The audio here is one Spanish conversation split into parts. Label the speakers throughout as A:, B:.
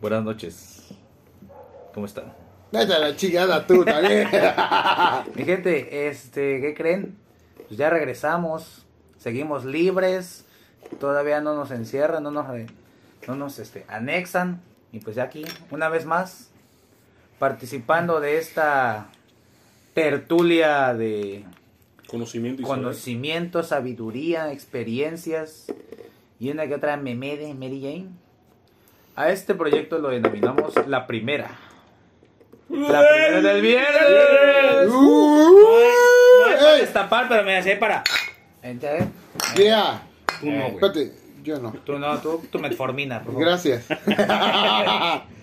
A: Buenas noches. ¿Cómo están?
B: Vete a la chingada tú también.
C: Mi gente, este, ¿qué creen? Pues ya regresamos, seguimos libres, todavía no nos encierran, no nos, re- no nos este, anexan. Y pues ya aquí, una vez más, participando de esta tertulia de
D: Conocimiento y saber.
C: conocimiento, sabiduría, experiencias y una que otra meme de Mary Jane. A este proyecto lo denominamos la primera. La primera del viernes. No es para
B: Ey,
C: destapar, pero me hacía para. ¿Entiendes?
B: yeah.
D: Tú no, güey.
B: Espérate, yo no.
C: Tú no, tú, tú metformina, por favor.
B: Gracias.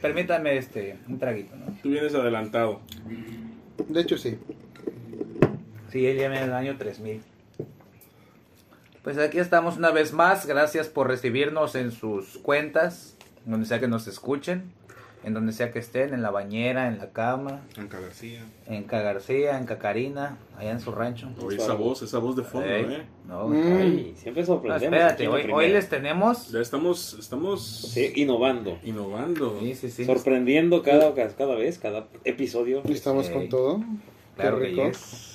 C: Permítame este, un traguito, ¿no?
D: Tú vienes adelantado.
B: De hecho, sí.
C: Sí, él ya me el año 3000. Pues aquí estamos una vez más. Gracias por recibirnos en sus cuentas, donde sea que nos escuchen, en donde sea que estén, en la bañera, en la cama,
E: Anca García.
C: en Cagarcía, en Cacarina, allá en su rancho.
D: Oye, esa voz, esa voz de fondo,
C: Ey,
D: ¿eh?
C: no,
B: Mm.
F: Ay, siempre
C: no,
F: sorprendemos. aquí
C: espérate,
F: en la
C: hoy,
F: primera.
C: hoy les tenemos.
D: Ya estamos, estamos
F: Sí, innovando.
D: innovando.
C: Sí, sí, sí.
F: Sorprendiendo cada, ocas- cada vez, cada episodio.
B: Estamos
C: Ey.
B: con todo.
C: Claro
B: Qué
C: que
B: rico.
C: yes.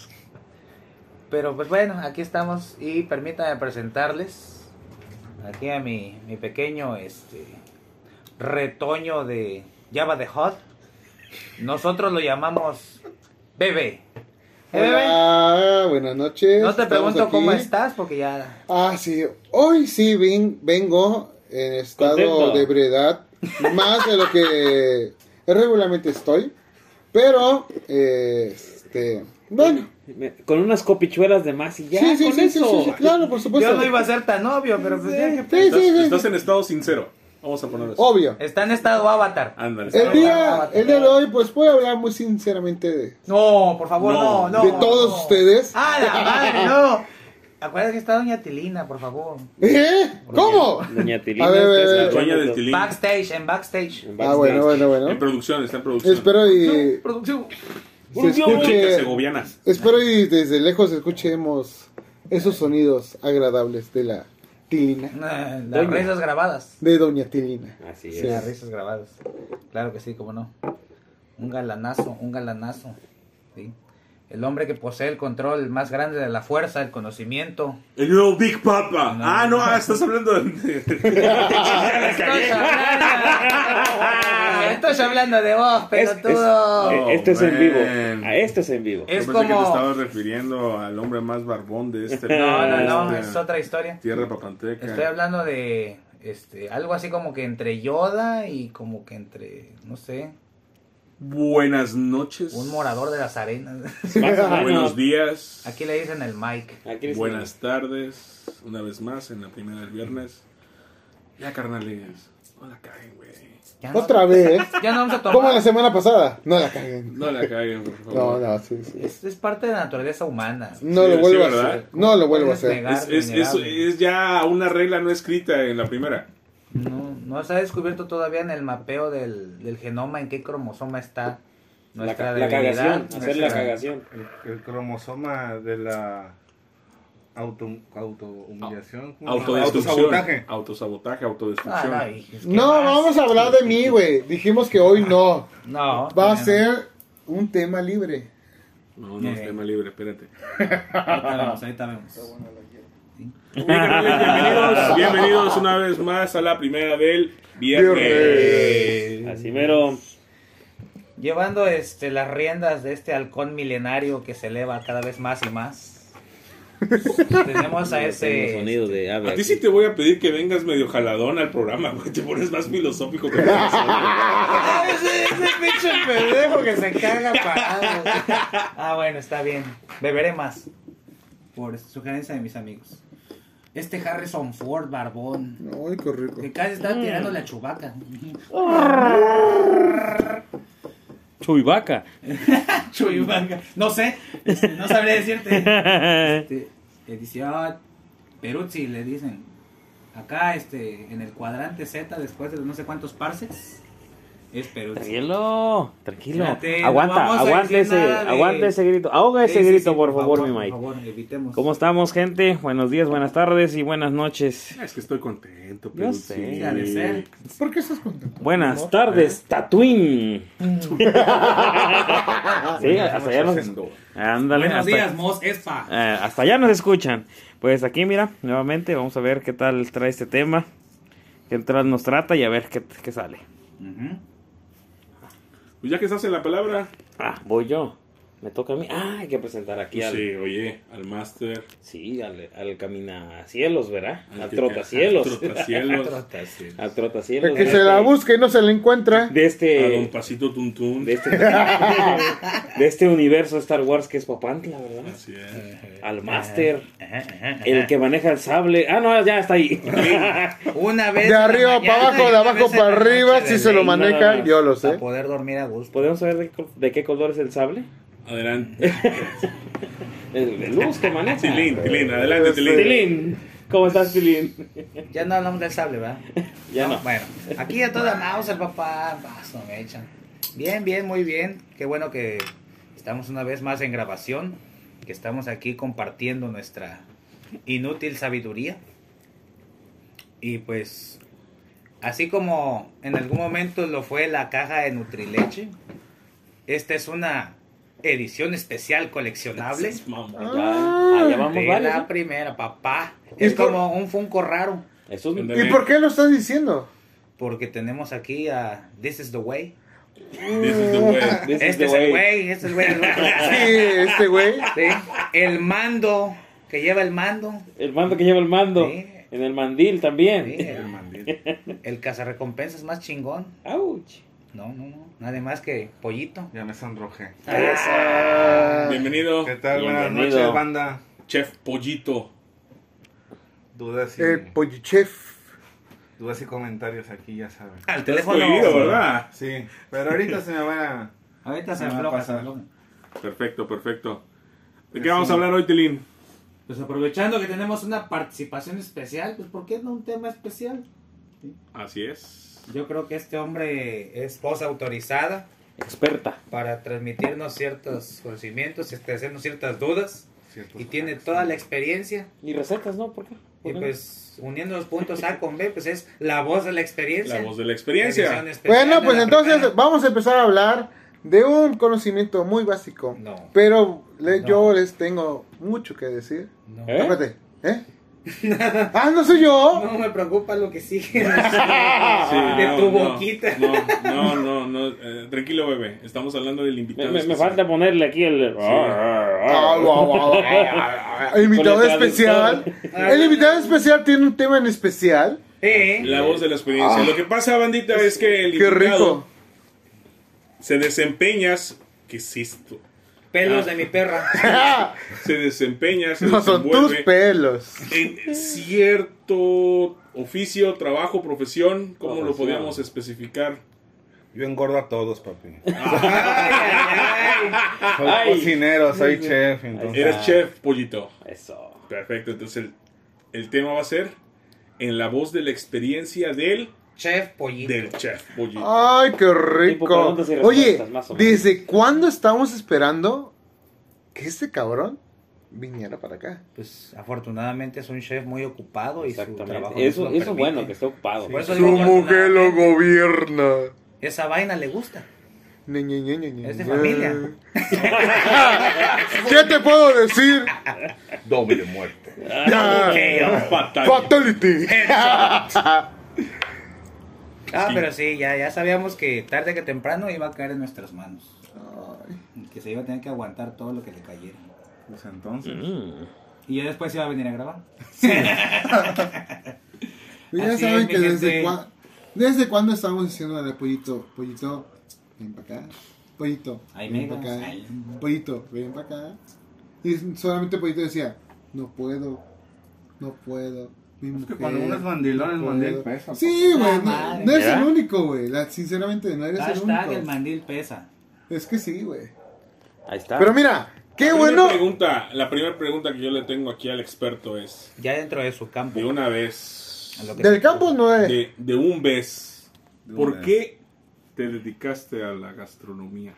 C: Pero pues bueno, aquí estamos y permítanme presentarles aquí a mi, mi pequeño este retoño de Java de Hot. Nosotros lo llamamos Bebe. Eh, Bebe,
B: Hola, buenas noches.
C: no te
B: Estamos
C: pregunto
B: aquí.
C: cómo estás porque ya...
B: Ah, sí. Hoy sí vin- vengo en estado
F: Contento.
B: de ebriedad, más de lo que regularmente estoy. Pero, eh, este, bueno.
F: Me- Con unas copichuelas de más y ya.
B: sí, sí,
F: con
B: sí, sí,
F: eso.
B: sí, Pues sí, claro, por supuesto.
C: Yo no iba a ser tan obvio, pero pues ya.
B: Sí, sí,
D: Estás,
B: sí, sí.
D: estás en estado sincero. Vamos a poner eso.
C: Oh,
B: Obvio.
C: Está en estado avatar.
D: Ándale.
B: El día, el día de hoy, pues voy a hablar muy sinceramente de,
C: No, por favor, no,
D: No.
C: no.
B: de todos
C: no.
B: ustedes.
C: ¡Ah, la madre, no! Acuérdate que está Doña Tilina, por favor.
B: ¿Eh? ¿Cómo?
F: Doña Tilina.
B: A ver, a
F: está
B: ver, a ver.
D: La
F: escuchando
D: dueña del
F: los-
D: tilín.
C: Backstage, en backstage.
F: en
B: Ah,
F: backstage.
B: bueno, bueno,
D: En
B: bueno.
D: producción, está en producción.
B: Espero y
C: Producción. Eh,
B: se
D: República
B: escuche,
D: Segoviana.
B: espero y desde lejos escuchemos esos sonidos agradables de la tilina,
C: Nah, Las
F: Doña.
C: risas grabadas.
B: de doña tilina.
F: Así
B: Sí.
C: Las
F: es.
C: risas grabadas. Claro que sí, cómo no. Un galanazo, un galanazo. ¿sí? El hombre que posee el control más grande de la fuerza, el conocimiento.
D: El nuevo Big Papa.
C: No.
D: Ah, no, ah, estás hablando de...
C: Estoy hablando, estoy hablando de vos,
F: Es-
B: Oh,
C: pelotudo.
F: es- eh, este es en
D: man.
F: vivo. A este es en vivo.
C: Es
D: Yo pensé que
C: como-
D: te estabas refiriendo al hombre más barbón de este...
C: No, no, no,
D: de
C: es
D: esta
C: otra historia.
D: Tierra papanteca.
C: Estoy hablando de este algo así como que entre Yoda y como que entre, no sé,
D: Buenas noches.
C: un Ah, morador de las arenas.
D: Este
F: Más o menos.
D: Buenos días.
C: Aquí le dicen el Mike.
F: ah, Aquí les-
D: Buenas tardes. Una vez más, en la primera del viernes. Ya, carnales. No la caguen, güey.
C: Ya no-
B: Otra vez,
C: Ya no vamos a
B: como la
C: tomar.
B: semana pasada, no la caguen.
D: No la caguen, por favor.
B: No, no, sí, sí.
C: Es, es parte de la naturaleza humana.
B: No
D: Sí,
B: lo
D: sí,
B: vuelvo a
D: ¿verdad?
B: hacer. No lo vuelvo a hacer.
C: Negar,
D: Es, es- es-
C: innegable.
D: es ya una regla no escrita en la primera.
C: No, no se ha descubierto todavía en el mapeo del, del genoma en qué cromosoma está
F: La,
C: nuestra
F: la
C: debilidad,
F: cagación. Hacer la
C: nuestra-
F: cagación.
E: El, el cromosoma de la auto, autohumillación. ¿cómo se llama?
D: Autodestrucción.
E: Autosabotaje.
D: Autosabotaje,
C: Ah,
D: autodestrucción.
C: no, y- es que
B: No,
C: más.
B: vamos a hablar de mí, güey. Dijimos que hoy no.
C: No.
B: Va a
C: no.
B: ser un tema libre.
D: No, no, es
C: Eh.
D: tema libre, espérate.
C: Ahorita vemos, ahorita vemos.
D: Bienvenidos, bienvenidos una vez más a la primera del
G: Eh.
D: viernes.
F: Así mero.
C: Llevando este, las riendas de este halcón milenario que se eleva cada vez más y más. Tenemos a
F: Tengo
C: ese.
F: sonido de ave
D: A ti
F: aquí.
D: sí te voy a pedir que vengas medio jaladón al programa, güey. Te pones más filosófico que nosotros.
C: ¡Ah, ese, ese pinche pendejo que se carga parado! Ah, bueno, está bien. Beberé más. Por sugerencia de mis amigos. Este Harrison Ford, barbón.
B: Ay, qué rico.
C: Que casi está tirando la chubaca.
F: Chuivaca.
C: Chubaca. No sé, este, no sabría decirte. Este, le dice, ah, Peruzzi, le dicen. Acá, este, en el cuadrante Z, después de no sé cuántos parses,
H: Es Peruzzi.
F: Tranquilo, tranquilo.
H: Pues Espérate, no
F: aguanta,
H: vamos a
F: aguante
H: decir
F: ese,
H: nada de-
F: aguanta ese grito. Ahoga ese
H: Sí, sí,
F: grito,
H: sí,
F: por favor, mi
H: Por
F: Mike.
H: favor, evitemos.
F: ¿Cómo estamos, gente? Buenos días, buenas tardes y buenas noches.
D: Es que estoy contento,
F: Yo
D: pero
F: sé.
D: sí.
H: Ya de ser.
B: ¿Por qué estás contento?
F: Buenas tardes, Tatooine. sí, hasta allá nos... Ándale,
H: Buenos
F: hasta,
H: días, Mos Espa.
F: eh, hasta allá nos escuchan. Pues aquí, mira, nuevamente vamos a ver qué tal trae este tema. Qué tal nos trata y a ver qué, qué sale.
H: Ujú.
D: Pues ya que estás en la palabra. pues
F: Ah, voy yo. Me toca a mí. Ah, hay que presentar aquí al...
D: Sí, oye, al máster.
F: Sí, al, al caminacielos, ¿verdad? Al
D: que-
F: trotacielos.
D: Al trotacielos.
F: Al trotacielos.
B: El que
F: de
B: se la
F: este-
B: busca y no se la encuentra.
D: A
F: De
D: don
F: este...
D: Pasito Tuntún.
F: De este, de este universo Star Wars que es Papantla, ¿verdad?
D: Así es.
F: Al Master. El que maneja el sable. Ah, no, ya está ahí.
C: Una vez.
B: De arriba para abajo, de abajo para arriba, si se lo
F: ley, nada
B: maneja,
F: más.
B: yo lo
C: Para
B: sé.
C: poder dormir a gusto.
F: ¿Podemos saber de, col- de qué color es el sable?
D: Adelante.
F: El, el luz que maneja.
D: Tilín, Tilín, adelante, Tilín.
F: Tilín. ¿Cómo estás, Tilín?
C: Ya no hablamos del sable, ¿verdad?
F: Ya no.
C: Bueno, aquí a toda Mauser, papá. Paso, me echan. Bien, bien, muy bien. Qué bueno que estamos una vez más en grabación. Que estamos aquí compartiendo nuestra inútil sabiduría. Y pues, así como en algún momento lo fue la caja de Nutrileche, esta es una edición especial coleccionable.
D: Mamá.
F: Ya, ah, ya vamos,
C: De
F: vale.
C: la primera, papá.
B: ¿Y
C: Es
B: por-
C: como un Funko raro.
F: Eso es-
D: Este
B: ¿Y por qué lo estás diciendo?
C: Porque tenemos aquí a This is the way.
D: This is the way.
F: this is
C: este
F: the
C: es
F: way.
C: el güey, este es el güey.
B: Sí, este güey.
C: Sí, El mando, que lleva el mando.
F: El mando que lleva el mando.
C: Sí.
F: En el mandil también.
C: Sí, el, el cazarrecompensas más chingón.
F: Ouch.
C: No, no, no. Nada más que pollito.
E: Ya me sonrojé.
F: Ah,
D: Bienvenido,
E: ¿Qué tal? Buenas
F: Bienvenido.
E: noches, banda.
D: Chef Pollito.
E: Dudas y,
B: El pollichef.
E: dudas y comentarios aquí, ya saben.
C: Al
D: Te has
C: teléfono.
D: cohibido, ¿verdad?
E: Sí, pero ahorita se me van a...
H: Ahorita se
E: Me va a
H: afloja, se
E: pasar.
H: afloja.
D: Perfecto, perfecto. ¿De qué vamos a hablar hoy, Tilín?
H: Pues aprovechando que tenemos una participación especial, pues ¿por qué no un tema especial?
D: Así es.
C: Yo creo que este hombre es voz autorizada
F: Experta.
C: para transmitirnos ciertos conocimientos, esclarecernos ciertas dudas.
E: ciertos
C: Y
F: Pues
C: tiene
E: facts.
C: toda la experiencia.
F: Y recetas, ¿no? ¿Por qué? ¿Por
C: Y
F: qué?
C: pues uniendo los puntos A con B, pues es la voz de la experiencia.
D: La voz de la experiencia.
C: Edición especial
B: Bueno,
C: de
B: pues
C: la
B: entonces
C: primera.
B: vamos a empezar a hablar de un conocimiento muy básico.
C: No.
B: Pero le-
C: No.
B: yo les tengo mucho que decir.
C: No.
F: ¿Eh?
B: Espérate, ¿eh? ah, no soy yo.
C: No me preocupa lo que sigue.
D: Sí,
C: de
D: Ah, no,
C: tu
D: no,
C: boquita.
D: No, no, no. no, eh, tranquilo, bebé. Estamos hablando del
F: Me,
D: invitado.
F: me- me
D: especial.
F: falta ponerle aquí el.
B: Ah, guau, guau, guau, guau. El invitado
F: Con el
B: especial.
C: traductor.
B: El invitado especial tiene un tema en especial.
C: Eh,
D: La voz de la experiencia. Lo que pasa, bandita, es que el
B: Ah. Qué rico.
D: invitado se desempeñas. ¿Qué es esto?
C: pelos
D: Ah.
C: de mi perra.
D: Se desempeña, se
B: No son tus
D: desenvuelve
B: pelos.
D: en cierto oficio, trabajo, profesión, ¿cómo lo
F: Profesión.
D: podíamos especificar?
E: Yo engordo a todos, papi.
C: Ay, ay, ay.
G: Ah,
E: Soy
F: Ay.
E: cocinero, soy chef, entonces...
D: Eres chef, pollito.
F: Eso.
D: Perfecto, entonces el, el tema va a ser en la voz de la experiencia del,
C: Chef pollito.
D: del chef, pollito.
B: Ay, qué
F: Tipo
B: rico.
F: preguntas y
B: Oye,
F: respuestas, más o menos.
B: ¿desde cuándo estamos esperando que este cabrón viniera para acá?
C: Pues afortunadamente es un chef muy ocupado y su trabajo.
F: Exactamente. Eso,
C: nos lo
F: eso es
C: permite.
F: bueno, que esté ocupado.
C: Por eso digo,
B: Como que lo
C: afortunadamente,
B: gobierna.
C: Esa vaina le gusta.
B: Ñe, Ñe, Ñe, Ñe, Ñe,
C: Es de
B: Ñe.
C: familia.
B: ¿Qué te puedo decir?
E: Doble muerte.
B: Ya.
D: Fatal.
B: Fatality.
C: Ah,
D: Sí.
C: pero sí, ya, ya sabíamos que tarde que temprano iba a caer en nuestras manos. Y Que se iba a tener que aguantar todo lo que le cayera.
E: Pues entonces...
F: Mm.
C: Y ya después iba a venir a grabar.
B: Ya
C: Así
B: saben
C: es, mi
B: que desde,
C: gente.
B: cua- desde cuándo estamos diciendo de pollito, pollito, ven para acá, pollito,
C: Ay,
B: ven
C: megas,
B: para acá,
C: ay.
B: pollito, ven para acá. Y solamente pollito decía, no puedo, no puedo. mi
E: Es que
B: mujer,
E: cuando uno es pues, mandilón,
B: no
E: el mandil
B: puedo".
E: pesa,
B: Sí,
C: papá.
B: güey,
C: Ah,
B: no,
C: madre.
B: no es el
F: ¿Verdad?
B: único, güey. la- Sinceramente, no eres el
C: Hashtag el
B: único.
C: mandil pesa.
B: es que sí, güey.
F: Ahí está.
B: Pero mira, qué
D: La
B: bueno.
D: primera pregunta, la primera pregunta que yo le tengo aquí al experto es,
C: Ya dentro de su campo.
D: de una vez,
C: A lo que-
B: Del campo no es.
D: de, de un vez,
E: De un
D: ¿por
E: vez.
D: qué te dedicaste a la gastronomía?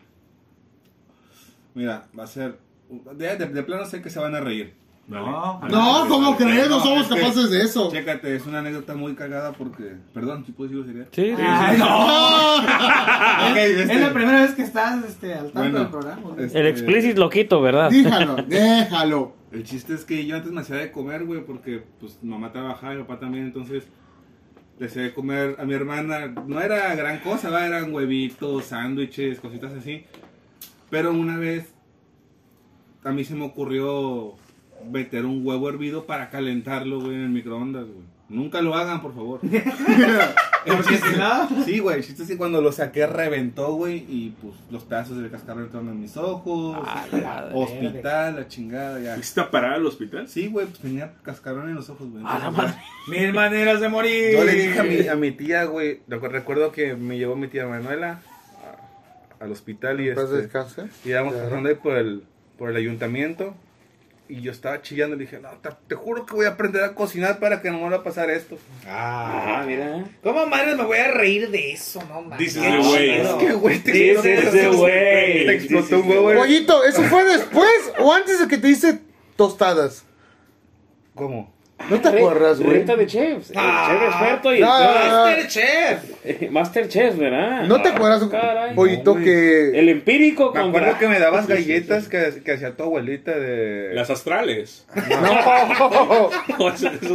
G: Mira, va a ser. De, de- de plano sé que se van a reír.
D: Ah, ¿vale?
I: No.
B: No, ¿cómo crees? No somos
G: es que-
B: capaces de eso.
G: Chécate, es una anécdota muy cagada porque. Perdón, ¿sí puedo decir grosería?
F: Sí, sí.
B: Ah.
H: Ay, Ah, no.
G: Ok, este,
H: Es la primera vez que estás este, al tanto
G: Bueno,
H: del programa. güey.
G: este,
F: El explícit lo quito, ¿verdad?
B: Díjalo, déjalo.
G: El chiste es que yo antes me hacía de comer, güey, porque pues mamá trabajaba y mi papá también, entonces le hacía de comer a mi hermana. No era gran cosa, ¿va? eran huevitos, sándwiches, cositas así. Pero una vez a mí se me ocurrió meter un huevo hervido para calentarlo, güey, en el microondas, güey. Nunca lo hagan, por favor. El
H: Porque
G: chiste-
H: si no-
G: Sí, güey, el chiste es que cuando lo saqué reventó, güey, y pues los pedazos del cascarón entraron en mis ojos, hospital, la chingada, ya.
D: ¿Fuiste a parar al hospital?
G: Sí, güey, pues tenía cascarón en los ojos, güey.
F: A la
G: Entonces,
F: madre.
H: Mil maneras de morir.
E: Yo le dije a mi, a mi tía, güey, recu- recuerdo que me llevó mi tía Manuela a- al hospital y
B: ¿Paz
E: este,
B: descanse?
E: y íbamos
B: Claro.
E: pasando ahí por el, por el ayuntamiento y yo estaba chillando y le dije, no, te, te juro que voy a aprender a cocinar para que no me vuelva a pasar esto.
F: Ah, mira.
I: ¿Cómo madre me voy a reír de eso? No mames.
D: Dices
I: Qué
D: de güey.
I: chido.
D: Es
E: Que, güey, te
F: Dices
E: explotó-
F: de güey.
E: Te explotó un huevo. güey.
B: Pollito, ¿eso fue después o antes de que te hice tostadas?
E: ¿Cómo?
B: No te acuerdas, güey. Ah.
F: Reta de chefs. El chef experto y
B: No, no, no.
I: Masterchef.
F: Master Chef, ¿verdad?
B: ¿No te acuerdas,
C: Ah,
F: Caray.
B: pollito,
E: güey.
B: que
F: El empírico
E: Me
F: contra...
E: acuerdo que me dabas galletas que, que hacía tu abuelita de...
D: Las astrales.
B: no,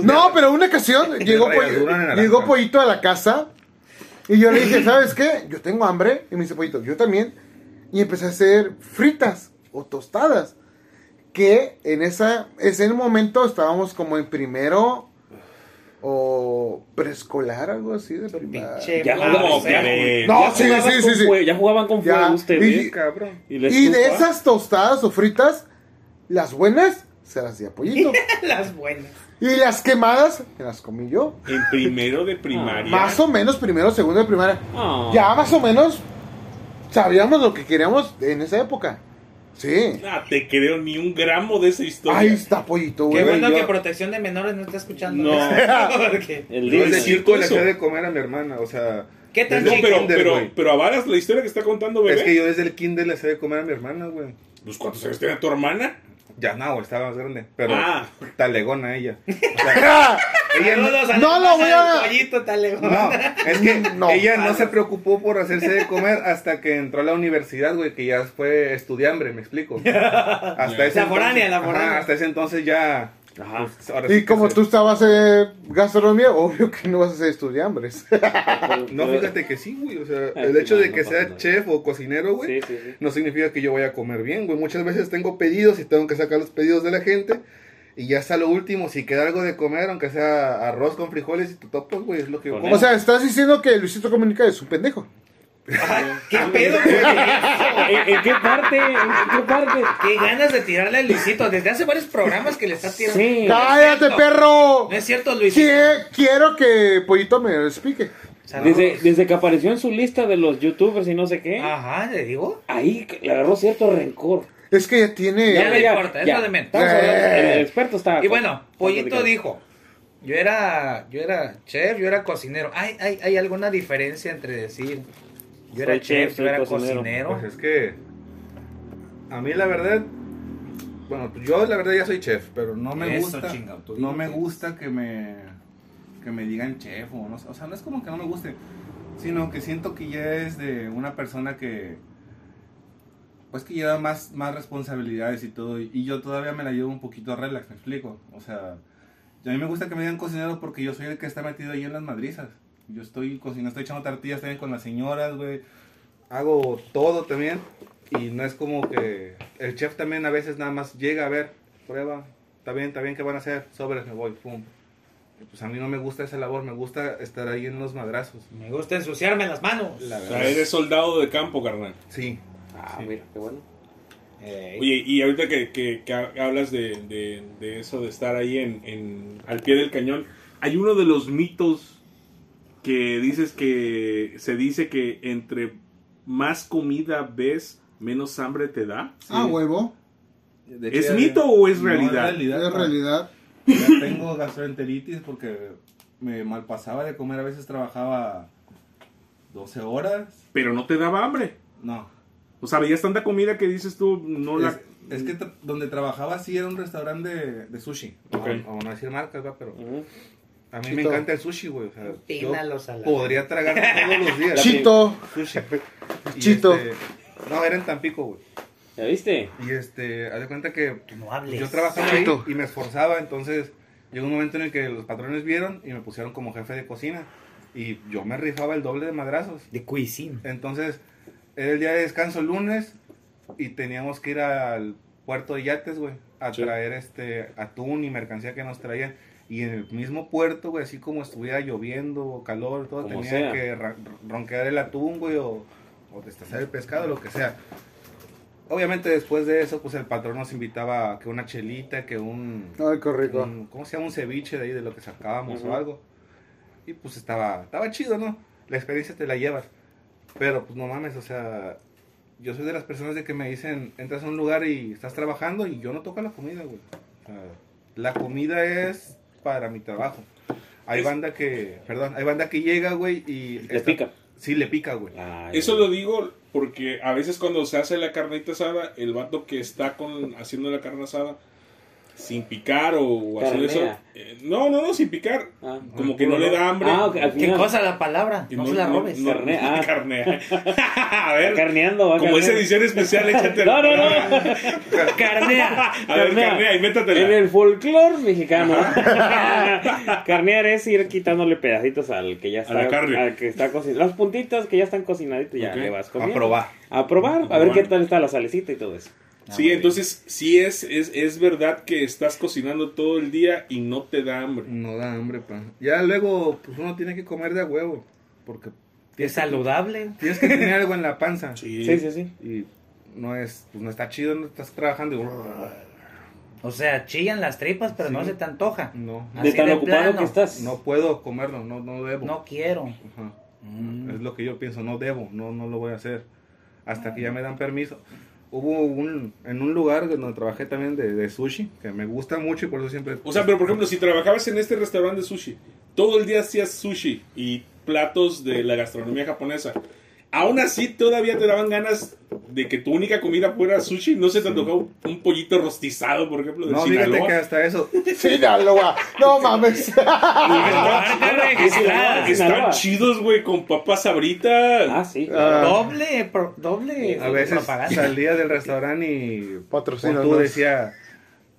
B: no, pero una ocasión llegó,
E: rayadura
B: Pollo-
E: de naranja.
B: llegó pollito a la casa y yo le dije, ¿sabes qué? Yo tengo hambre y me dice pollito, yo también y empecé a hacer fritas o tostadas que en esa ese momento estábamos como en primero o preescolar algo así de primaria.
I: Pinche
F: Ya
D: Ah,
I: madre.
F: jugaban,
D: Karen.
B: No,
F: ya
B: sí,
F: jugaban
B: sí,
F: con
B: sí, sí.
F: fue- Ya jugaban con
B: Ya.
F: fuego ¿eh? ustedes.
B: Y-
E: Sí, cabrón.
F: la
B: Y de
F: estufa.
B: esas tostadas o fritas, las buenas se las di a pollito.
I: Las buenas.
B: y las quemadas me las comí yo.
D: En primero de primaria.
B: Más o menos, primero, segundo de primaria.
F: Ah.
B: Ya más o menos sabíamos lo que queríamos en esa época. Sí.
D: Ah, te creo ni un gramo de esa historia.
B: Ahí está pollito,
I: Qué
B: güey.
I: bueno
B: Yo-
I: que protección de menores no está escuchando.
D: No.
I: esto, porque-
F: El
E: Yo de
F: Disney.
E: chico le
D: eso.
E: hacía de comer a mi hermana, o sea...
I: ¿Qué tan
D: No,
E: desde el
D: pero,
E: kinder,
D: pero,
E: güey.
D: pero avalas la historia que está contando, bebé.
E: Es que yo desde el kinder le hacía de comer a mi hermana, güey.
D: Pues, ¿Cuántos años tenía tu hermana?
E: Ya no, güey, estaba más grande, pero
D: Ah.
E: talegona ella. O sea, ella no,
I: Saludos a
B: No
I: la
B: lo
I: raza
B: voy a-
I: del pollito talegón.
E: no, es que
B: Mm, No,
E: ella no
B: mames.
E: se preocupó por hacerse de comer hasta que entró a la universidad, güey, que ya fue estudiambre, me explico. Hasta ese
I: La foránea,
E: entonces-
I: la
E: ajá,
I: foránea.
E: hasta ese entonces ya...
F: Ajá.
E: pues, ahora sí
B: Y
E: que
B: como
E: se-
B: tú estabas en gastronomía, obvio que no vas a ser estudiambres.
E: No, fíjate que sí, güey, o sea,
F: Ah,
E: el
F: sí,
E: hecho
F: no,
E: de
F: no
E: que
F: pasa
E: sea
F: nada.
E: chef o cocinero, güey,
F: Sí, sí, sí.
E: no significa que yo vaya a comer bien, güey. Muchas veces tengo pedidos y tengo que sacar los pedidos de la gente. Y ya está lo último, si queda algo de comer, aunque sea arroz con frijoles y totopos, güey, es lo que yo
F: Con
E: como.
B: O sea, estás diciendo que Luisito Comunica es un pendejo.
I: ¿Qué pedo, güey?
F: ¿En, en qué parte? ¿En qué parte?
I: Qué ganas de tirarle a Luisito. Desde hace varios programas que le está tirando.
F: Sí.
B: ¡Cállate,
I: cierto.
B: perro!
I: No es cierto, Luisito.
B: Qui- Quiero que Pollito me lo explique.
I: Saludos.
F: Desde, desde que apareció en su lista de los youtubers y no sé qué,
I: Ajá, le digo.
F: ahí le agarró cierto rencor.
B: Es que ya tiene.
I: Ya le importa, es lo de menos. Eh.
F: Estamos hablando- el experto está.
I: Y bueno, Pollito
F: complicado.
I: dijo, yo era, yo era chef, yo era cocinero. ¿Hay, hay, hay alguna diferencia entre decir, yo era
F: Soy
I: chef,
F: chef,
I: yo
F: soy
I: era
F: cocinero"?
I: cocinero?
E: Pues es que a mí la verdad, bueno, pues yo la verdad ya soy chef, pero no me
I: Eso,
E: gusta,
I: chingado, tú
E: no
I: dime
E: me
I: qué
E: gusta que me que me digan chef o no, sé, o sea, no es como que no me guste, sino que siento que ya es de una persona que pues que lleva más más responsabilidades y todo y yo todavía me la llevo un poquito relax, me explico, o sea, y a mí me gusta que me digan cocinero porque yo soy el que está metido ahí en las madrizas. Yo estoy cocinando, estoy echando tortillas también con las señoras, güey. Hago todo también. Y no es como que el chef también a veces nada más llega a ver, prueba, está bien, está bien, ¿qué van a hacer? Sobres, me voy, pum. Y pues a mí no me gusta esa labor, me gusta estar ahí en los madrazos.
I: Me gusta ensuciarme las manos.
E: La
D: O
E: verdad.
C: Ah.
D: sea, eres soldado de campo, carnal.
E: Sí.
F: Ah, mira, qué bueno.
I: Ey.
D: Oye, y ahorita que, que- que hablas de, de- de eso, de estar ahí en, en- al pie del cañón, hay uno de los mitos que dices que se dice que entre más comida ves, menos hambre te da.
B: Ah, huevo.
E: De hecho,
D: ¿Es
E: ya-
D: mito o es
E: No,
D: realidad?
B: Es
E: pa.
B: realidad.
E: Ya tengo gastroenteritis porque me malpasaba de comer. A veces trabajaba 12 horas.
D: Pero no te daba hambre.
E: No.
D: O sea, veías tanta comida que dices tú, no la...
E: Es, es que tra- donde trabajaba sí era un restaurante de, de sushi.
D: Ok.
E: O, o no decir marcas, va, pero.
F: Ujú.
E: A mí me
B: Chito.
E: encanta el sushi, güey. O
I: pues,
E: sea, yo
I: Tínalos a la-
E: podría tragar todos los días.
B: Chito.
E: Sushi. Y
B: Chito.
E: este, no, era en Tampico, güey.
F: ¿Ya viste?
E: Y este, haz de cuenta que
I: No hables.
E: yo trabajaba ahí
B: Chito.
E: y me esforzaba, entonces llegó un momento en el que los patrones vieron y me pusieron como jefe de cocina. Y yo me rifaba el doble de madrazos.
I: De cuisine.
E: Entonces, era el día de descanso el lunes y teníamos que ir al puerto de yates, güey, a
D: Sí.
E: traer este atún y mercancía que nos traían. Y en el mismo puerto, güey, así como estuviera lloviendo o calor, todo,
F: Como
E: tenía
F: sea.
E: que ra- ronquear el atún, güey, o, o destazar el pescado, lo que sea. Obviamente después de eso, pues el patrón nos invitaba a que una chelita, que un...
B: Ay, qué rico.
I: Mm.
E: un- ¿Cómo se llama? Un ceviche de ahí, de lo que sacábamos
F: Ujú.
E: o algo. Y pues estaba, estaba chido, ¿no? La experiencia te la llevas. Pero pues no mames, o sea, yo soy de las personas de que me dicen, entras a un lugar y estás trabajando y yo no toco la comida, güey. O sea, la comida es para mi trabajo. Hay banda que, perdón, hay banda que llega, güey, y...
F: Le
E: está-
F: pica. Ah,
E: Sí, le pica, güey.
F: Ay,
D: Eso lo digo porque a veces cuando se hace la carnita asada, el vato que está con haciendo la carne asada sin picar o, o haciendo eso.
F: Carnea.
D: eh, no, no, no, sin picar.
F: Ah.
D: Como que no le da hambre.
F: Ah, ok, al
I: ¿Qué
F: final.
I: cosa la palabra?
D: Que
I: No, se la robes.
D: no-
F: Carnea.
D: carnea. a ver,
F: Carneando, va,
D: como
F: carneando.
D: esa edición especial, échate
F: No, no, no.
D: A ver,
F: Carnea.
D: carnea,
F: En
D: invéntatela.
F: el folclore mexicano. Carnear es ir quitándole pedacitos al que ya está.
D: la carne.
F: Al que está cocinado. Las puntitas que ya están cocinaditas ya
D: Ok.
F: le vas
E: A
F: comiendo.
E: probar.
F: A probar, a ver qué tal está la salecita y todo eso.
D: Sí, entonces sí es, es, es verdad que estás cocinando todo el día y no te da hambre.
E: No da hambre, pa. Ya luego, pues uno tiene que comer de a huevo, porque
I: Es saludable.
E: tienes que tener algo en la panza.
F: Sí, sí, sí.
E: y no es pues no está chido no estás trabajando y-
I: O sea, chillan las tripas, pero no se te antoja.
E: no
I: Así
F: De tan
I: de
F: ocupado
I: plano.
F: que estás.
E: no puedo comerlo no no debo
I: No quiero.
E: Ajá.
I: Mm.
E: es lo que yo pienso no debo no no lo voy a hacer hasta
I: Mm.
E: que ya me dan permiso hubo un en un lugar donde trabajé también de, de sushi que me gusta mucho y por eso siempre
D: O sea, pero por ejemplo, si trabajabas en este restaurante de sushi, todo el día hacías sushi y platos de la gastronomía japonesa, aún así todavía te daban ganas de que tu única comida fuera sushi, no se te antojaba un- un pollito rostizado, por ejemplo, de
E: no fíjate
D: Sinaloa.
E: que hasta eso
B: Sinaloa. No mames.
D: Ah, Sinaloa,
F: Sinaloa, Sinaloa.
D: Están chidos, güey, con papas sabritas.
F: Ah, sí.
B: Ah,
I: Doble, pro- doble
E: a veces
I: propaganda.
E: salía del restaurante y
B: Patrocínanos.
E: tú decía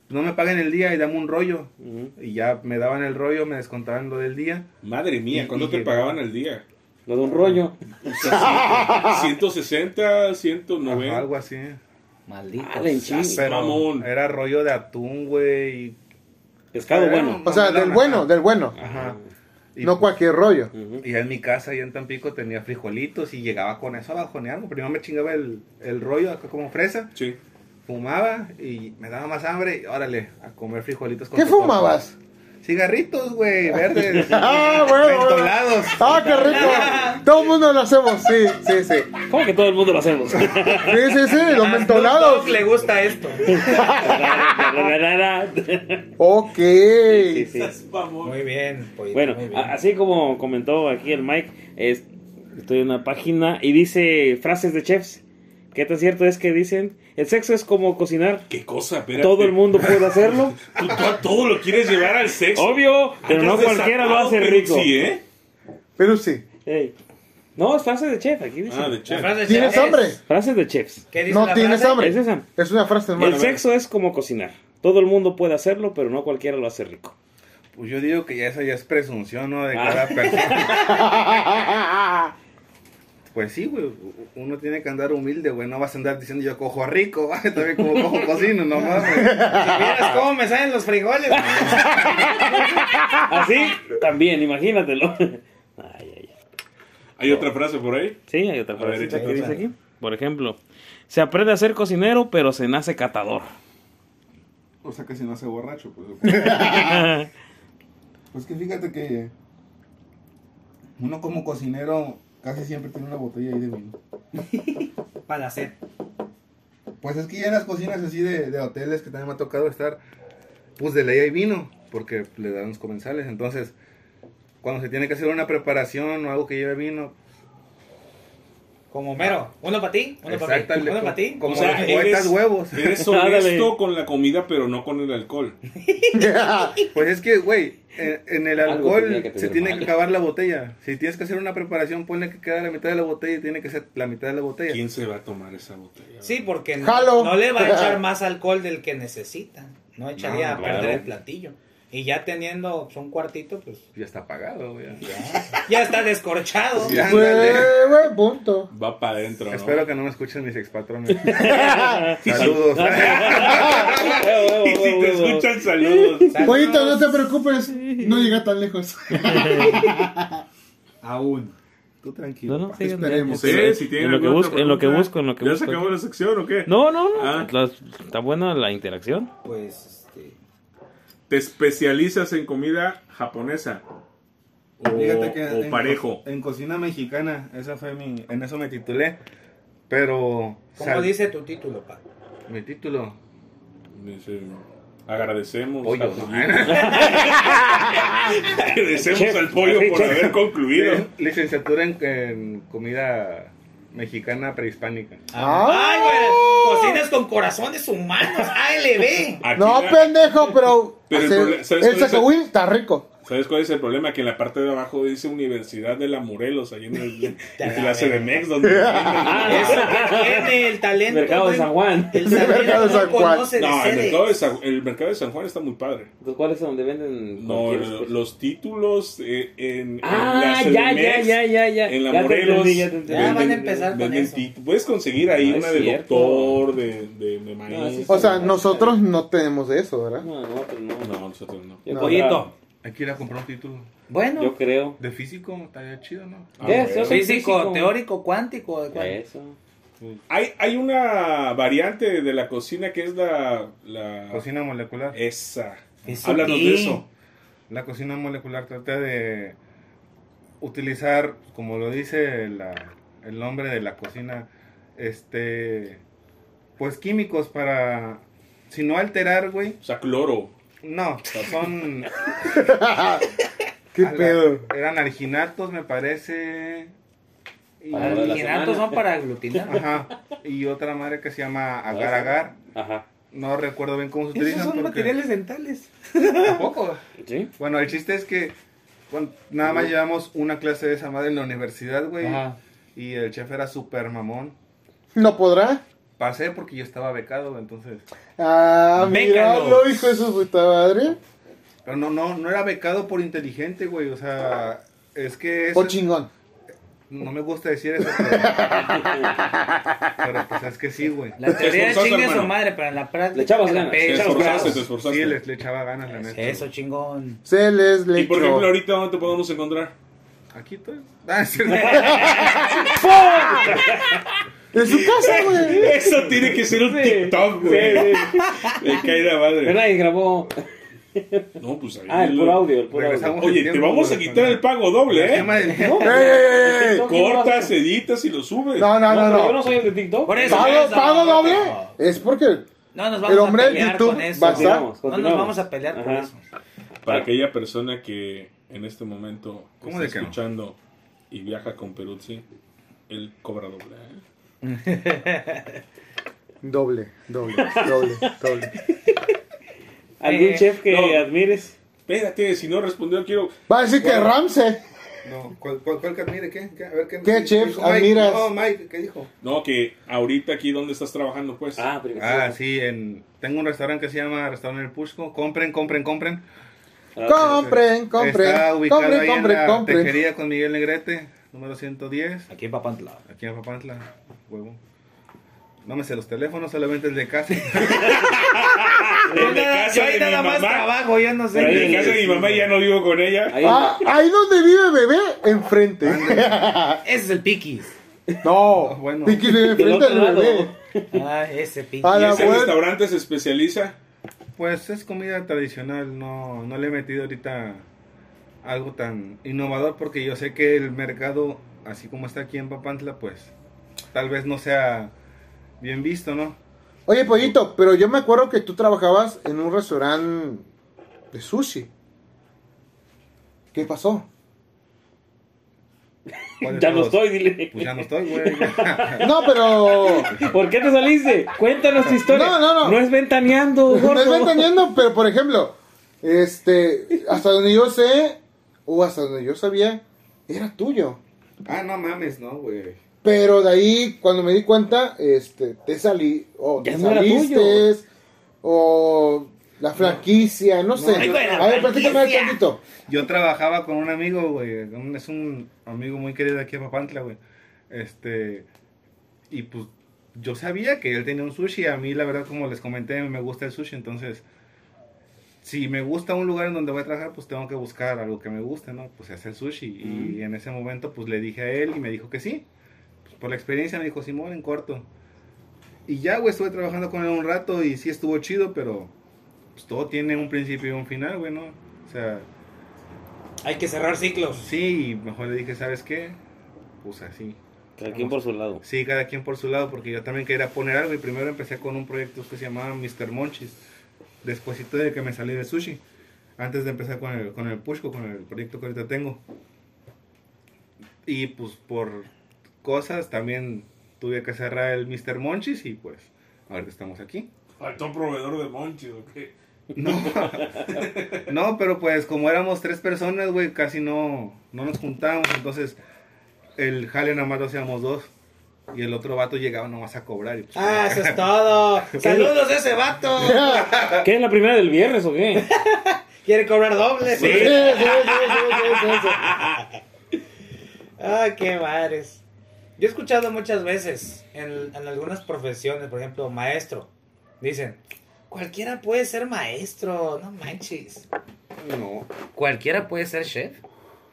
E: no me paguen el día y dame un rollo
F: Ujú.
E: y ya me daban el rollo me descontaban lo del día
D: Madre mía,
E: Y-
D: ¿cuánto
E: y
D: te
E: llegó.
D: pagaban al día?
F: Lo de un rollo.
D: 160,
E: Ajá,
D: 190.
E: algo así.
I: Maldito.
F: Ah, la enchilada.
D: Chas,
E: Pero
D: mamón.
E: era rollo de atún, güey. y-
F: Pescado
E: Pero-
F: bueno.
B: O sea, del bueno, del bueno.
E: Ajá. Y,
B: No cualquier rollo.
F: Ujú.
E: y ya en mi casa, allá en Tampico, tenía frijolitos y llegaba con eso a bajonearme. Primero me chingaba el, el rollo acá como fresa,
D: Sí.
E: fumaba y me daba más hambre. Y órale, a comer frijolitos con
B: ¿Qué
E: tu compa.
B: fumabas?
E: Cigarritos, güey, verdes.
B: Ah, bueno. bueno.
E: mentolados.
B: Ah, qué rico. Todo el mundo lo hacemos. Sí, sí, sí.
F: ¿Cómo que todo el mundo lo hacemos?
B: Sí, sí, sí. Los
I: A Snoop
B: mentolados.
I: Dogg Ah, le gusta esto.
B: Ok.
F: Sí, sí.
I: Muy bien. pollito,
F: Bueno,
I: muy bien.
F: a- así como comentó aquí el Mike, es- estoy en una página y dice frases de chefs. ¿Qué tan cierto es que dicen? El sexo es como cocinar.
D: ¿Qué cosa? Espérate.
F: Todo el mundo puede hacerlo.
D: Tú, tú a todo lo quieres llevar al sexo.
F: Obvio, pero no
D: Andas
F: cualquiera lo
D: desatado,
F: hace
D: pero
F: rico.
D: Sí, ¿eh?
B: Pero sí.
F: Ey. No, es frase de chef, aquí dice.
D: Ah, de
I: La
D: chef.
I: frase
B: ¿Tienes
I: es-
B: hambre?
F: Frases de chefs.
I: ¿Qué dice
B: No
I: la
B: tienes
I: frase?
B: hambre.
F: Es esa.
B: Es una frase,
F: El
B: hermano.
F: sexo es como cocinar. Todo el mundo puede hacerlo, pero no cualquiera lo hace rico.
E: Pues yo digo que ya eso ya es presunción, ¿no? De
F: Ah.
E: cada persona. Pues sí, güey, u- uno tiene que andar humilde, güey, no vas a andar diciendo yo cojo rico, güey, también como cojo cocino, no mames. Si vieras cómo me salen los frijoles. güey.
F: Así ¿Ah, también, imagínatelo. Ay, ay, ay.
D: Hay otra frase por ahí.
F: Sí, hay otra
D: A ver,
F: frase
D: échate
F: que dice
D: otra.
F: aquí. Por ejemplo, se aprende a ser cocinero, pero se nace catador.
G: O sea, que si no hace borracho, pues. pues que fíjate que uno como cocinero casi siempre tiene una botella ahí de vino.
I: Para hacer.
E: Pues es que ya en las cocinas así de, de hoteles que también me ha tocado estar, pues de ley hay vino, porque le dan los comensales, entonces cuando se tiene que hacer una preparación o algo que lleve vino,
C: Como mero. Uno para ti, uno para mí.
E: Exactamente,
C: Uno para ti.
E: como- como
D: O sea,
E: los poetas
D: eres-
E: huevos.
D: Eres
F: Ándale.
D: honesto con la comida, pero no con el alcohol.
E: Pues es que, güey, en, en el
F: Algo
E: alcohol
F: tenía que
E: se
F: tener
E: tiene
F: mal.
E: que acabar la botella. Si tienes que hacer una preparación, ponle que queda la mitad de la botella y tiene que ser la mitad de la botella.
D: ¿Quién se va a tomar esa botella?
C: Sí, porque
B: Jalo.
C: no, no le va a echar más alcohol del que necesita. No echaría
E: No,
C: a perder
F: claro.
C: el platillo. Y ya teniendo pues, un cuartito, pues
E: Ya está pagado, güey.
C: ya está descorchado.
E: Ya, ándale.
B: Güey, güey, punto.
D: Va para adentro, ¿no?
E: Espero que no me escuchen mis expatrones. Saludos.
F: Huevo,
D: Y si
F: huevo,
D: te
F: huevo.
D: escuchan, saludos.
C: Saludos.
B: Pollito, no te preocupes, no llega tan lejos.
G: Aún.
E: Tú
F: No,
E: tranquilo.
F: no,
E: papá.
F: sigan,
B: Esperemos.
D: No
F: ya.
D: sé, si tienen
F: En lo que
D: alguna otra
F: busco- en lo que
D: pregunta.
F: busco, en lo que
D: ¿Ya
F: busco.
D: se acabó la sección o qué?
F: No, no, no.
D: Ah.
F: las- está buena la interacción.
C: Pues este,
D: ¿Te especializas en comida japonesa? ¿O,
E: Fíjate que
D: o
E: en-
D: parejo?
E: En cocina mexicana, esa fue mi, en eso me titulé. Pero
C: ¿Cómo
E: sal-
C: dice tu título, pa?
E: mi título,
D: Dice, agradecemos
E: Pollo.
D: al agradecemos
F: Chef,
D: al pollo por
F: chef.
D: haber concluido.
E: Eh, licenciatura en, en comida mexicana prehispánica.
C: Ay,
B: Ah,
C: güey, cocinas con corazones humanos, ALB.
D: Aquí
B: no,
D: la-
B: pendejo, pero.
D: Pero el
B: hacer-
D: problema- ¿sabes
B: el
D: cuál es el-
B: Zacahuil está rico.
D: ¿Sabes cuál es el problema? Que en la parte de abajo dice Universidad de la Morelos, ahí en el en la CDMX, donde...
C: Eso que tiene el talento.
F: Mercado de
C: güey.
F: San Juan.
C: El San
B: Mercado de
C: no
B: San Juan.
C: conoce de
D: No, el
C: sede.
D: mercado, de San, el mercado de San Juan está muy padre.
F: ¿Cuál es donde venden?
D: No,
F: cualquier
D: lo-
F: cosa?
D: los títulos eh, en, en
F: pues. Ah,
D: la
F: ya, ya,
D: CDMX,
F: ya, ya, ya.
D: en la
F: Ya te
D: Morelos.
F: entendí, ya te entendí. Ah,
C: Ya van a empezar con
D: venden
C: eso.
D: tit- Puedes conseguir ahí
F: No es
D: una de
F: cierto.
D: doctor, de, de, de maíz.
F: No, sí,
B: O sea, nosotros no tenemos de eso, ¿verdad?
F: No, no, pues no.
D: No, nosotros no.
F: Yo
B: No.
F: podría-
C: Pollito.
E: Hay que ir a comprar un título
C: Bueno,
F: Yo creo.
E: de físico, estaría chido, ¿no?
D: Ah,
F: Ya,
D: bueno.
F: yo soy
C: físico, teórico, cuántico. ¿de cuál?
F: Eso.
D: Hay, hay una variante de la cocina que es la...
B: Ah.
D: la
E: Cocina molecular.
B: Eh.
D: Esa.
C: ¿Eso
D: Háblanos
C: qué?
D: de eso.
E: La cocina molecular trata de utilizar, como lo dice la- el nombre de la cocina, este, pues químicos para, si no alterar, güey,
D: O sea, cloro.
E: no, son,
B: ¿Qué
E: ala,
B: pedo?
E: eran alginatos, me parece, y,
F: Para lo de la
C: Alginatos
F: semana.
C: Ah, son para aglutinar.
E: ajá, y otra madre que se llama agar agar,
F: Ajá.
E: no recuerdo bien cómo se utilizan, porque-
C: dentales.
E: tampoco,
F: ¿Sí?
E: bueno, el chiste es que bueno, nada más llevamos una clase de esa madre en la universidad, güey, Y el chef era súper mamón.
B: ¿No podrá?
E: Pasé porque yo estaba becado, entonces.
B: Ah,
C: Bécalo.
B: míralo, hijo de su puta madre.
E: Pero no, no, no era becado por inteligente, güey. O sea, es que eso-
B: O chingón.
E: no me gusta decir eso, pero, pero pues es que sí, güey.
C: La teoría es
D: esforzaste,
C: chingue su
D: hermano.
C: madre, pero en la práctica.
F: Le echabas ganas.
C: pe-
D: Te
F: Echamos
D: esforzaste,
F: ganas.
D: te
E: Sí,
D: esforzaste.
E: le, le echaba ganas, la neta.
C: Eso, chingón.
B: Se les le
D: Y por
B: echó.
D: ejemplo, ahorita, ¿dónde te podemos encontrar?
E: Aquí estoy. Ah, sí, no.
B: En su casa, güey.
D: Eso tiene que ser un TikTok, güey. Me cae la madre.
F: ¿Verdad? Y grabó.
D: No, pues ahí
F: Ah, el
D: lo-
F: puro audio, el puro audio.
E: Regresamos al
D: Oye, te
E: tiempo,
D: vamos a
E: güey,
D: quitar el pago doble,
E: el tema
D: ¿eh?
E: del-
B: ¡Ey, ey, ey, ey!
D: Cortas, editas y lo subes.
B: No, no, no,
F: pero Yo
B: no.
F: no soy el de TikTok.
C: Por eso.
B: ¿Pago,
C: eso.
B: pago doble? Es porque
C: No nos vamos
B: el hombre
C: a
B: de
C: pelear
B: YouTube
C: con eso.
B: va a estar.
F: Continuamos,
C: No
F: continuamos.
C: nos vamos a pelear por
F: Ajá.
C: eso.
D: Para aquella persona que en este momento
E: ¿Cómo de
D: está
E: que no?
D: escuchando y viaja con Peruzzi, él cobra doble. ¿eh?
B: Doble, doble, doble, doble.
F: ¿Algún
C: Eh,
F: chef que
D: no.
F: admires?
D: Espérate, si no respondió, quiero.
B: Va a decir que Ramsey.
E: No, ¿cuál, cuál, cuál que admire? ¿Qué? ¿Qué? A ver, ¿qué?
B: ¿Qué chef
E: dijo Mike?
B: admiras?
E: No, Mike, ¿qué dijo?
D: No, que ahorita aquí donde estás trabajando, pues.
F: Ah, primero.
E: Ah, sí, en, tengo un restaurante que se llama Restaurante El Pusco. Compren, compren, compren.
F: Ah,
B: Compren,
E: Está
B: compren,
E: ubicado ahí
B: compren,
E: en
B: compren,
E: la
B: compren.
E: tejería con Miguel Negrete, número 110,
C: Aquí en Papantla.
E: aquí en Papantla, huevo. No me sé los teléfonos, solamente el de casa.
D: En la casa
C: Yo ahí
D: de
C: nada
D: mi
C: más
D: mamá.
C: trabajo, yo no
D: En
C: sé.
D: la casa de mi mamá ya no vivo con ella.
F: Ahí,
B: Ah, ahí donde vive bebé, enfrente.
C: Ese es el piquis.
B: No,
E: Bueno.
B: Piqui vive
F: del
B: enfrente
F: otro
B: del
F: lado.
B: bebé.
C: Ah, ese piquis.
B: A
D: Y
B: la
D: ese
B: vuelta.
D: restaurante se especializa.
E: Pues es comida tradicional, no, no le he metido ahorita algo tan innovador porque yo sé que el mercado, así como está aquí en Papantla, pues tal vez no sea bien visto, ¿no?
B: Oye, pollito, pero yo me acuerdo que tú trabajabas en un restaurante de sushi. ¿Qué pasó?
E: ¿Cuál de
F: Ya no
E: todos?
F: estoy, dile.
E: Pues ya no estoy, güey.
B: No, pero.
F: ¿Por qué te saliste? Cuéntanos tu historia.
B: No, no, no.
F: No es ventaneando, gordo.
B: No es ventaneando, pero por ejemplo, este, hasta donde yo sé, o hasta donde yo sabía, era tuyo.
E: ah, no mames, no, güey.
B: Pero de ahí, cuando me di cuenta, este, te salí, o
F: Ya
B: te
F: no era tuyo.
B: saliste, o la franquicia, no, sé.
F: Ay, güey, la
B: A ver, platícame un
F: franquicia.
B: poquito.
E: Yo trabajaba con un amigo, güey. un- Es un amigo muy querido aquí en Papantla, güey. Este. Y pues yo sabía que él tenía un sushi. A mí, la verdad, como les comenté, me gusta el sushi. Entonces, si me gusta un lugar en donde voy a trabajar, pues tengo que buscar algo que me guste, ¿no? Pues es el sushi. Y en ese momento, pues le dije a él y me dijo que sí. Pues, por la experiencia me dijo, Simón, en corto. Y ya, güey, estuve trabajando con él un rato y sí estuvo chido, pero pues todo tiene un principio y un final, güey, ¿no? O sea,
C: Hay que cerrar ciclos.
E: Sí, y mejor le dije, ¿sabes qué? Pues así.
F: Cada quien por su lado.
E: Sí, cada quien por su lado, porque yo también quería poner algo y primero empecé con un proyecto que se llamaba Mr. Monchis, despuésito de que me salí de sushi, antes de empezar con el, con el Pushco, con el proyecto que ahorita tengo. Y pues por cosas también tuve que cerrar el Mr. Monchis y pues ahorita estamos aquí.
D: Faltó proveedor de monchis, ¿o qué?
E: No, no pero pues como éramos tres personas, güey, casi no, no nos juntábamos. Entonces, el jale nada más lo hacíamos dos. Y el otro vato llegaba nomás a cobrar. Y pues,
C: Ah, eso es todo. Saludos a ese vato.
F: Ah. ¿Qué es la primera del viernes o qué?
C: Quiere cobrar doble.
B: Sí, sí, sí, sí, sí, sí.
C: Ah, qué madres. Yo he escuchado muchas veces en, en algunas profesiones, por ejemplo, maestro. Dicen, cualquiera puede ser maestro, no manches.
E: no.
C: Cualquiera puede ser chef.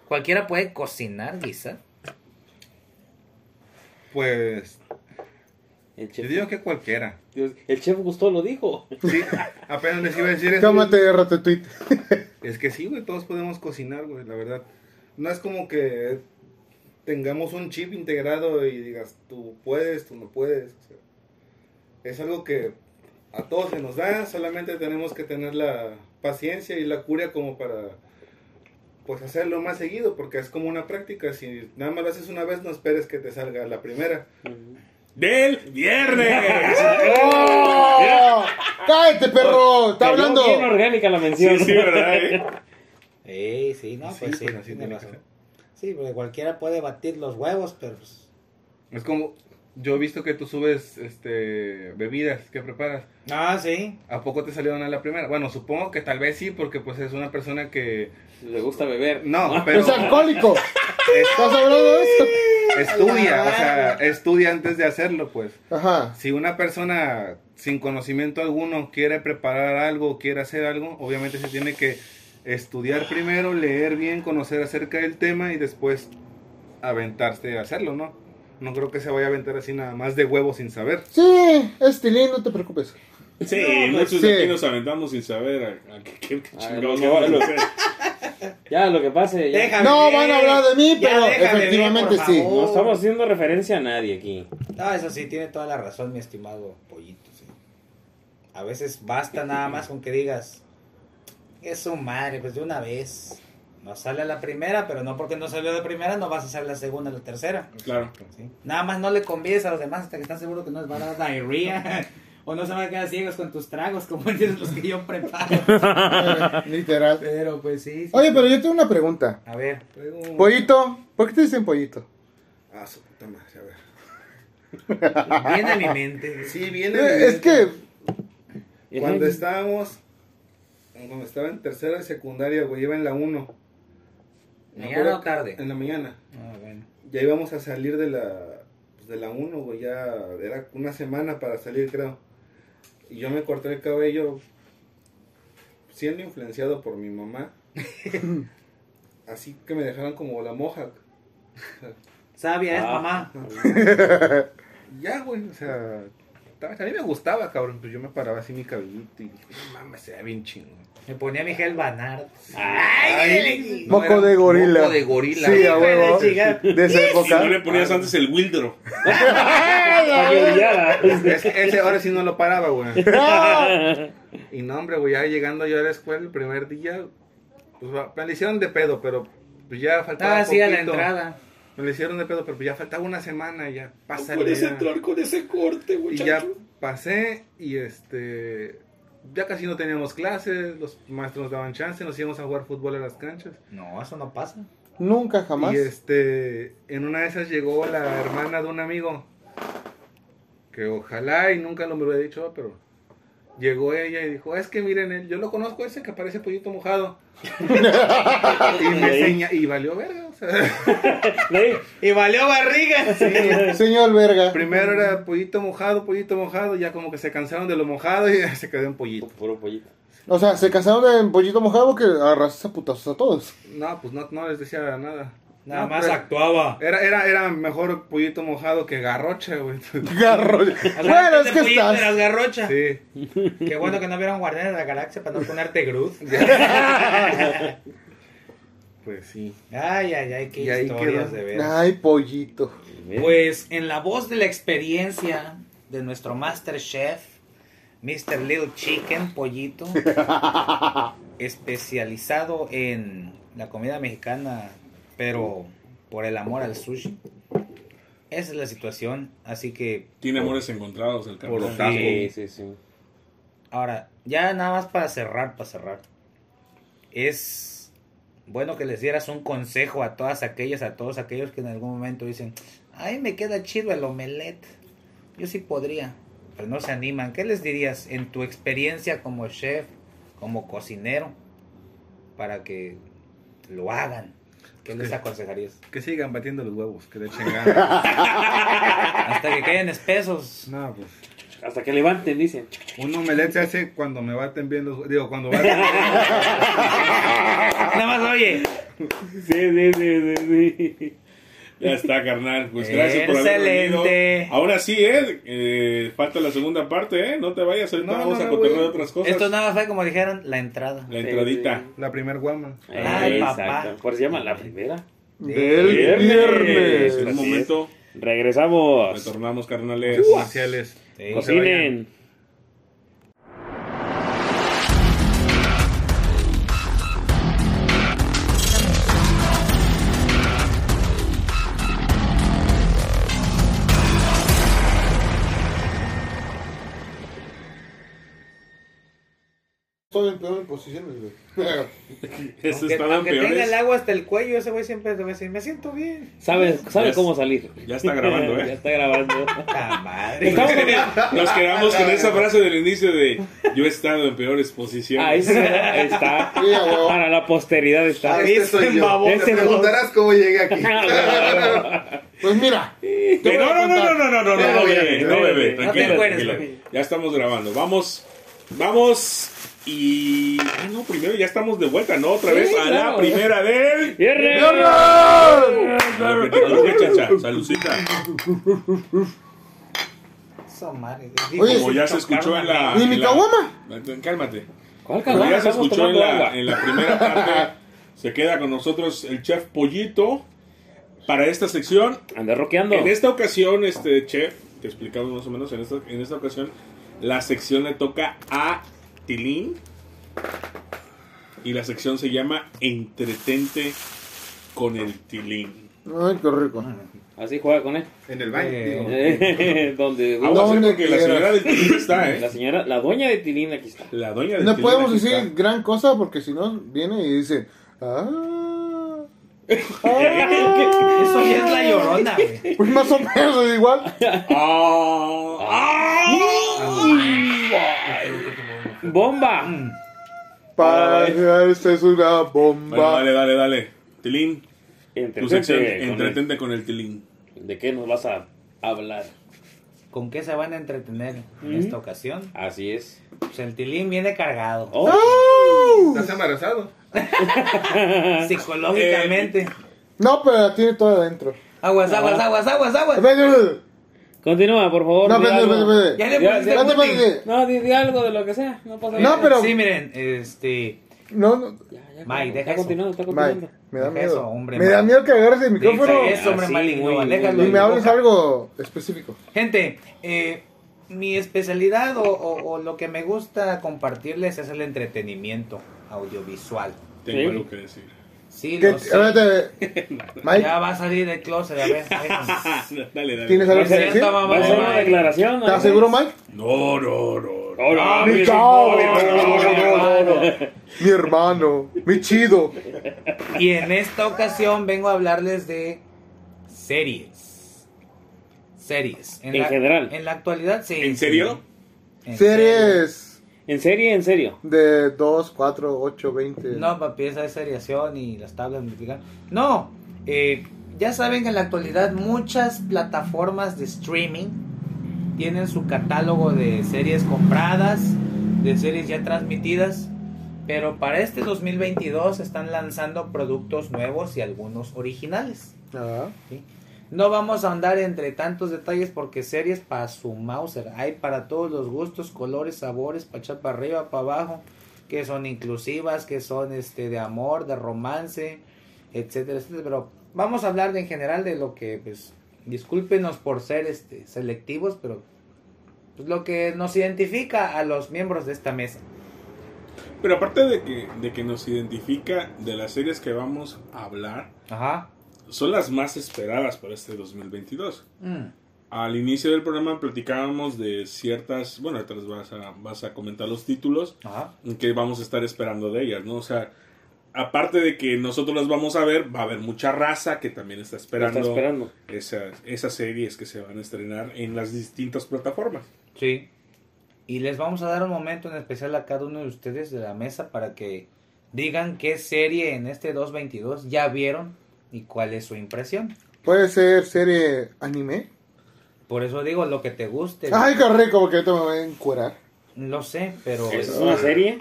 C: Cualquiera puede cocinar, guisa.
E: Pues,
F: El
E: yo
F: chef,
E: digo que cualquiera.
F: Dios, el chef Gusto lo dijo.
E: Sí, apenas les iba a decir eso.
B: Tómate ratatouille.
E: Es que sí, güey, todos podemos cocinar, güey, la verdad. No es como que tengamos un chip integrado y digas, tú puedes, tú no puedes. o sea, es algo que a todos se nos da, solamente tenemos que tener la paciencia y la curia como para, pues, hacerlo más seguido, porque es como una práctica. Si nada más lo haces una vez, no esperes que te salga la primera.
D: ¡Del viernes!
B: ¡Oh! ¡Cállate, perro! ¡Está
F: Cayó
B: hablando!
F: Bien orgánica la mención.
D: sí, sí, ¿verdad? eh?
C: Sí, sí, no,
E: Sí,
C: pues sí,
E: pues
C: tiene
E: así tiene que
C: razón.
E: ser.
C: Sí, porque cualquiera puede batir los huevos, pero pues,
E: Es como, yo he visto que tú subes, este, bebidas que preparas.
C: Ah, sí.
E: ¿A poco te salieron a la primera? Bueno, supongo que tal vez sí, porque pues es una persona que...
F: Le gusta beber.
E: No, pero
B: ¡Es alcohólico! ¿Estás hablando de eso?
E: estudia, o sea, estudia antes de hacerlo, pues.
B: Ajá.
E: Si una persona sin conocimiento alguno quiere preparar algo, quiere hacer algo, obviamente se tiene que estudiar primero, leer bien, conocer acerca del tema y después aventarse a hacerlo, ¿no? No creo que se vaya a aventar así nada más de huevo sin saber.
B: Sí, es tilín, no te preocupes.
D: Sí,
B: No,
D: muchos
B: sí.
D: de aquí nos aventamos sin saber a, a qué, qué- qué
F: Ay,
D: chingados
F: no,
D: vamos a
F: no.
D: hacer.
F: Ya, lo que pase. ya.
C: Déjame
B: No
C: ver.
B: van a hablar de mí,
C: Ya
B: pero
C: déjame ver,
B: efectivamente
C: por
B: sí.
C: favor.
F: No estamos haciendo referencia a nadie aquí.
C: No, eso sí, tiene toda la razón, mi estimado pollito. sí. A veces basta nada más con que digas, es su madre, pues de una vez. No sale a la primera, pero no porque no salió la primera, no vas a hacer la segunda, la tercera.
D: Claro.
C: ¿sí? Nada más no le convides a los demás hasta que estás seguro que no les van a dar diarrea. O no se van a quedar ciegos con tus tragos, como dicen los que yo preparo.
B: Eh, Literal.
C: Pero pues sí. sí.
B: Oye, pero yo tengo una pregunta.
C: A ver,
B: Pues Pollito, ¿por qué te dicen pollito?
E: Ah, su puta madre, a ver.
C: viene a mi mente.
E: Sí, viene.
B: Eh, Es que
E: Cuando estábamos, cuando estaba en tercera de secundaria, güey, iba en la 1.
C: Mañana o tarde.
E: En la mañana.
C: Ah, bueno.
E: Ya íbamos a salir de la pues, de la 1, güey, ya era una semana para salir, creo. Y yo me corté el cabello siendo influenciado por mi mamá. Así que me dejaron como la moja.
C: Sabia es
F: Ah.
C: mamá.
E: Ya, güey, o sea, estaba- a mí me gustaba, cabrón, pues yo me paraba así mi cabellito y no mames, se ve bien chingón.
C: Me ponía mi gel Banard.
E: Ay,
B: Moco
E: era
B: de gorila.
E: Moco de gorila.
B: Sí, a
E: güey.
C: Hijo de
B: huevo.
C: chica.
B: De esa
D: Si no le
B: época.
D: ponías antes el Wildro.
F: Aguillada.
E: Es- ese ahora sí no lo paraba, güey.
B: ¡Ah!
E: Y no, hombre, güey, ya llegando yo a la escuela el primer día, pues va- me la hicieron de pedo, pero pues ya faltaba
C: Ah, sí, a la
E: poquito.
C: entrada.
E: Me lo hicieron de pedo, pero pues ya faltaba una semana y ya pasa
J: puedes entrar con ese corte,
E: Y ya
J: muchacho.
E: pasé y este... Ya casi no teníamos clases, los maestros nos daban chance, nos íbamos a jugar fútbol a las canchas.
C: No, eso no pasa.
B: Nunca jamás.
E: Y este, en una de esas llegó la hermana de un amigo, que ojalá y nunca lo me hubiera dicho, pero llegó ella y dijo, es que miren, él, yo lo conozco ese que parece pollito mojado. y me enseña, y valió verga. o sea,
F: Ey,
C: Y valió barriga.
B: Señor verga.
E: primero era pollito mojado, pollito mojado, ya como que se cansaron de lo mojado y se quedó en pollito.
F: Puro pollito.
B: O sea, se casaron de pollito mojado que arrasó a putazos a todos.
E: No, pues no, no les decía nada.
C: Nada
E: No,
C: más
E: pero-
C: actuaba.
E: Era, era, era mejor pollito mojado que garrocha, güey.
B: Garro. bueno, es que estás.
C: garrocha.
E: Sí.
C: Qué bueno que no vieron Guardianes de la Galaxia para no ponerte Groot.
E: Pues sí.
C: Ay, ay, ay, qué
E: Y ahí
C: historias
E: quedó.
C: de ver.
B: Ay, pollito.
C: Pues en la voz de la experiencia de nuestro Master Chef, Mr. Little Chicken, pollito, especializado en la comida mexicana, pero por el amor al sushi. Esa es la situación, así que
D: Tiene amores encontrados el
E: Por
D: cabrón.
E: taco.
F: Sí, sí, sí.
C: Ahora, ya nada más para cerrar, para cerrar. Es bueno que les dieras un consejo a todas aquellas, a todos aquellos que en algún momento dicen, ay, me queda chido el omelette. Yo sí podría, pero no se animan. ¿Qué les dirías en tu experiencia como chef, como cocinero, para que lo hagan? ¿Qué les aconsejarías?
E: Que sigan batiendo los huevos, que le echen ganas.
C: Hasta que queden espesos.
E: no, pues.
F: Hasta que levanten, dicen.
E: Un omelette se hace cuando me baten bien los huevos. Digo, cuando baten.
C: Nada más, oye,
F: Sí, sí, sí, sí, sí.
D: Ya está, carnal. Pues gracias por haber venido.
C: Excelente.
D: Ahora sí, ¿eh? Eh, Falta la segunda parte, ¿eh? No te vayas, ahorita
E: No,
D: vamos
E: no,
D: a
E: no,
D: cotorrear
E: güey.
D: otras cosas.
C: esto nada más fue como dijeron, la entrada.
D: La entradita.
F: Sí,
E: La primer guama.
F: sí.
C: Ay,
F: Eh,
C: papá.
F: exacto. Por eso se llama la primera.
B: Del
F: Viernes.
D: Es
B: viernes.
D: un
F: Así
D: momento.
F: Regresamos.
D: Retornamos, carnales.
E: Los comerciales.
C: Sí.
E: No se vayan.
F: Cocinen.
B: Estoy en peor posiciones, güey.
D: Esos
C: Aunque-
D: estaban
C: aunque tenga
D: peores.
C: el agua hasta el cuello, ese güey siempre te va a decir, me siento bien.
F: Sabe, sabe
D: Ya es-
F: cómo salir.
D: ya está grabando, ¿eh?
F: ya está grabando.
C: ¡La Ah, madre!
F: Estamos en el-
D: Nos quedamos con esa frase del inicio de yo he estado en peores
F: Ahí
D: posiciones.
F: sí, ¿verdad? está.
B: Sí, a huevo.
F: Para la posteridad está.
B: Este soy yo.
F: Te Este preguntarás
B: cómo llegué aquí. Pues mira. te voy a
D: Eh, no, no, no, no,
B: contar.
D: no, no, no, no,
B: Te voy a
D: bebé,
B: contar.
D: no, bebé,
F: No te
D: tranquilo,
C: encueres,
D: tranquilo.
C: bebé.
D: Ya estamos grabando. Vamos, vamos y... Ah, no, primero ya estamos de vuelta, ¿no? Otra vez a la
F: claro.
D: primera del...
F: ¡Viernes!
D: Lo que te toque, chacha. Salucita.
C: Eso, madre.
B: Oye,
D: Como ya se escuchó en la...
B: ¿Ni mi
D: en la-
B: caguama?
D: Cálmate.
F: ¿Cuál
D: Como
F: cabrón?
D: ya se
F: Estamos
D: escuchó en
F: tomando agua.
D: la, en la primera parte, se queda con nosotros el chef Pollito para esta sección.
F: Anda roqueando.
D: En esta ocasión, este chef, te explicamos más o menos, en esta, en esta ocasión la sección le toca a Tilín y la sección se llama Entretente con el Tilín.
B: Ay, qué rico.
F: Así juega con él.
E: En el baño.
C: Eh.
E: digo.
F: Donde
D: Vamos a
B: ¿Dónde
D: Ah, porque la señora del Tilín está,
F: la
D: ¿eh?
F: señora, la dueña de Tilín aquí está.
D: La doña del
B: No
D: Tilín
B: podemos
D: aquí
B: decir
D: está.
B: gran cosa porque si no viene y dice. Ah.
C: Eso ya es la llorona, güey.
B: Pues más o menos es igual.
D: Ah,
F: Ah.
D: Mm.
F: ¡Bomba!
B: Para llegar, esta es una bomba.
D: Bueno, dale, dale, dale. Tilín, tu sección
F: con él.
D: Entretente con el Tilín.
F: ¿De qué nos vas a hablar?
C: ¿Con qué se van a entretener en esta ocasión?
F: Así es.
C: Pues el tilín viene cargado.
F: Oh,
E: ¿Estás embarazado?
D: Ah. Eh,
C: Psicológicamente.
B: No, pero la tiene toda adentro.
C: Aguas, aguas,
D: ah.
C: aguas, aguas, aguas.
B: Vete,
F: Continúa, por favor.
B: No,
F: di
B: vete,
F: algo.
B: vete,
C: Ya
B: vete.
C: le
F: Ya,
C: pusiste
F: ya
B: No te
C: putin.
B: pases.
F: No, di, di algo de lo que sea. No pasa
B: No,
F: nada.
B: pero-
C: Sí, miren, este...
B: No,
F: Ya, ya,
C: Mike,
F: está
C: deja eso.
F: continuando, está
B: Mike,
F: continuando.
B: me da
C: Deja
B: miedo.
C: eso, hombre,
B: me
C: Mike.
B: da miedo que agarres el micrófono Ah,
C: Deja eso, este, hombre
F: Así,
C: maligno,
F: muy, muy.
C: aléjalo.
B: y me hables algo específico.
C: Gente, eh, mi especialidad o, o- o lo que me gusta compartirles es el entretenimiento audiovisual.
D: Tengo
F: Sí.
D: algo que decir.
C: Sí,
B: ¿Qué-
C: lo sé.
B: espérate, Mike,
C: Ya va a salir del closet, a ver. ahí-
D: Ah, dale, dale.
B: ¿tienes
F: Va
B: algo
F: a
B: que
F: ser
B: decir?
C: mamá.
F: va a ser una declaración.
B: ¿Estás seguro, Mike? Ah,
D: No, no, no.
F: No,
C: Ah,
F: no,
B: Mi
F: Ah, mi
B: chavo,
F: chavo,
B: no, no, no, no. Mi hermano, mi chido.
C: Y en esta ocasión vengo a hablarles de series. Series.
F: En general.
C: En la actualidad, sí.
D: ¿En serio?
C: En serio.
B: Series
F: En serio, en serio.
B: de 2, 4, 8, 20.
C: No, papi, esa es seriación y las tablas multiplican. No, eh, ya saben que en la actualidad muchas plataformas de streaming tienen su catálogo de series compradas, de series ya transmitidas, pero para este 2022 están lanzando productos nuevos y algunos originales.
B: Ah,
C: No vamos a andar entre tantos detalles porque series para su Mauser. Hay para todos los gustos, colores, sabores, para echar para arriba, para abajo. Que son inclusivas, que son este de amor, de romance, etcétera, etcétera. Pero vamos a hablar de- en general de lo que, pues, discúlpenos por ser este, selectivos, pero pues, lo que nos identifica a los miembros de esta mesa.
D: Pero aparte de que, de que nos identifica de las series que vamos a hablar,
C: Ajá.
D: son las más esperadas para este 2022.
C: Mm.
D: Al inicio del programa platicábamos de ciertas, bueno, atrás vas a, vas a comentar los títulos
C: Ajá.
D: que vamos a estar esperando de ellas, ¿no? O sea, aparte de que nosotros las vamos a ver, va a haber mucha raza que también está
F: Lo está
D: esperando,
F: esperando.
D: Esas, esas series que se van a estrenar en las distintas plataformas.
C: Sí. Y les vamos a dar un momento en especial a cada uno de ustedes de la mesa para que digan qué serie en este 222 ya vieron y cuál es su impresión.
B: Puede ser serie anime.
C: Por eso digo lo que te guste.
B: Ay, qué rico, porque ahorita me voy a encuerar.
C: Lo sé, pero
F: ¿Es una serie?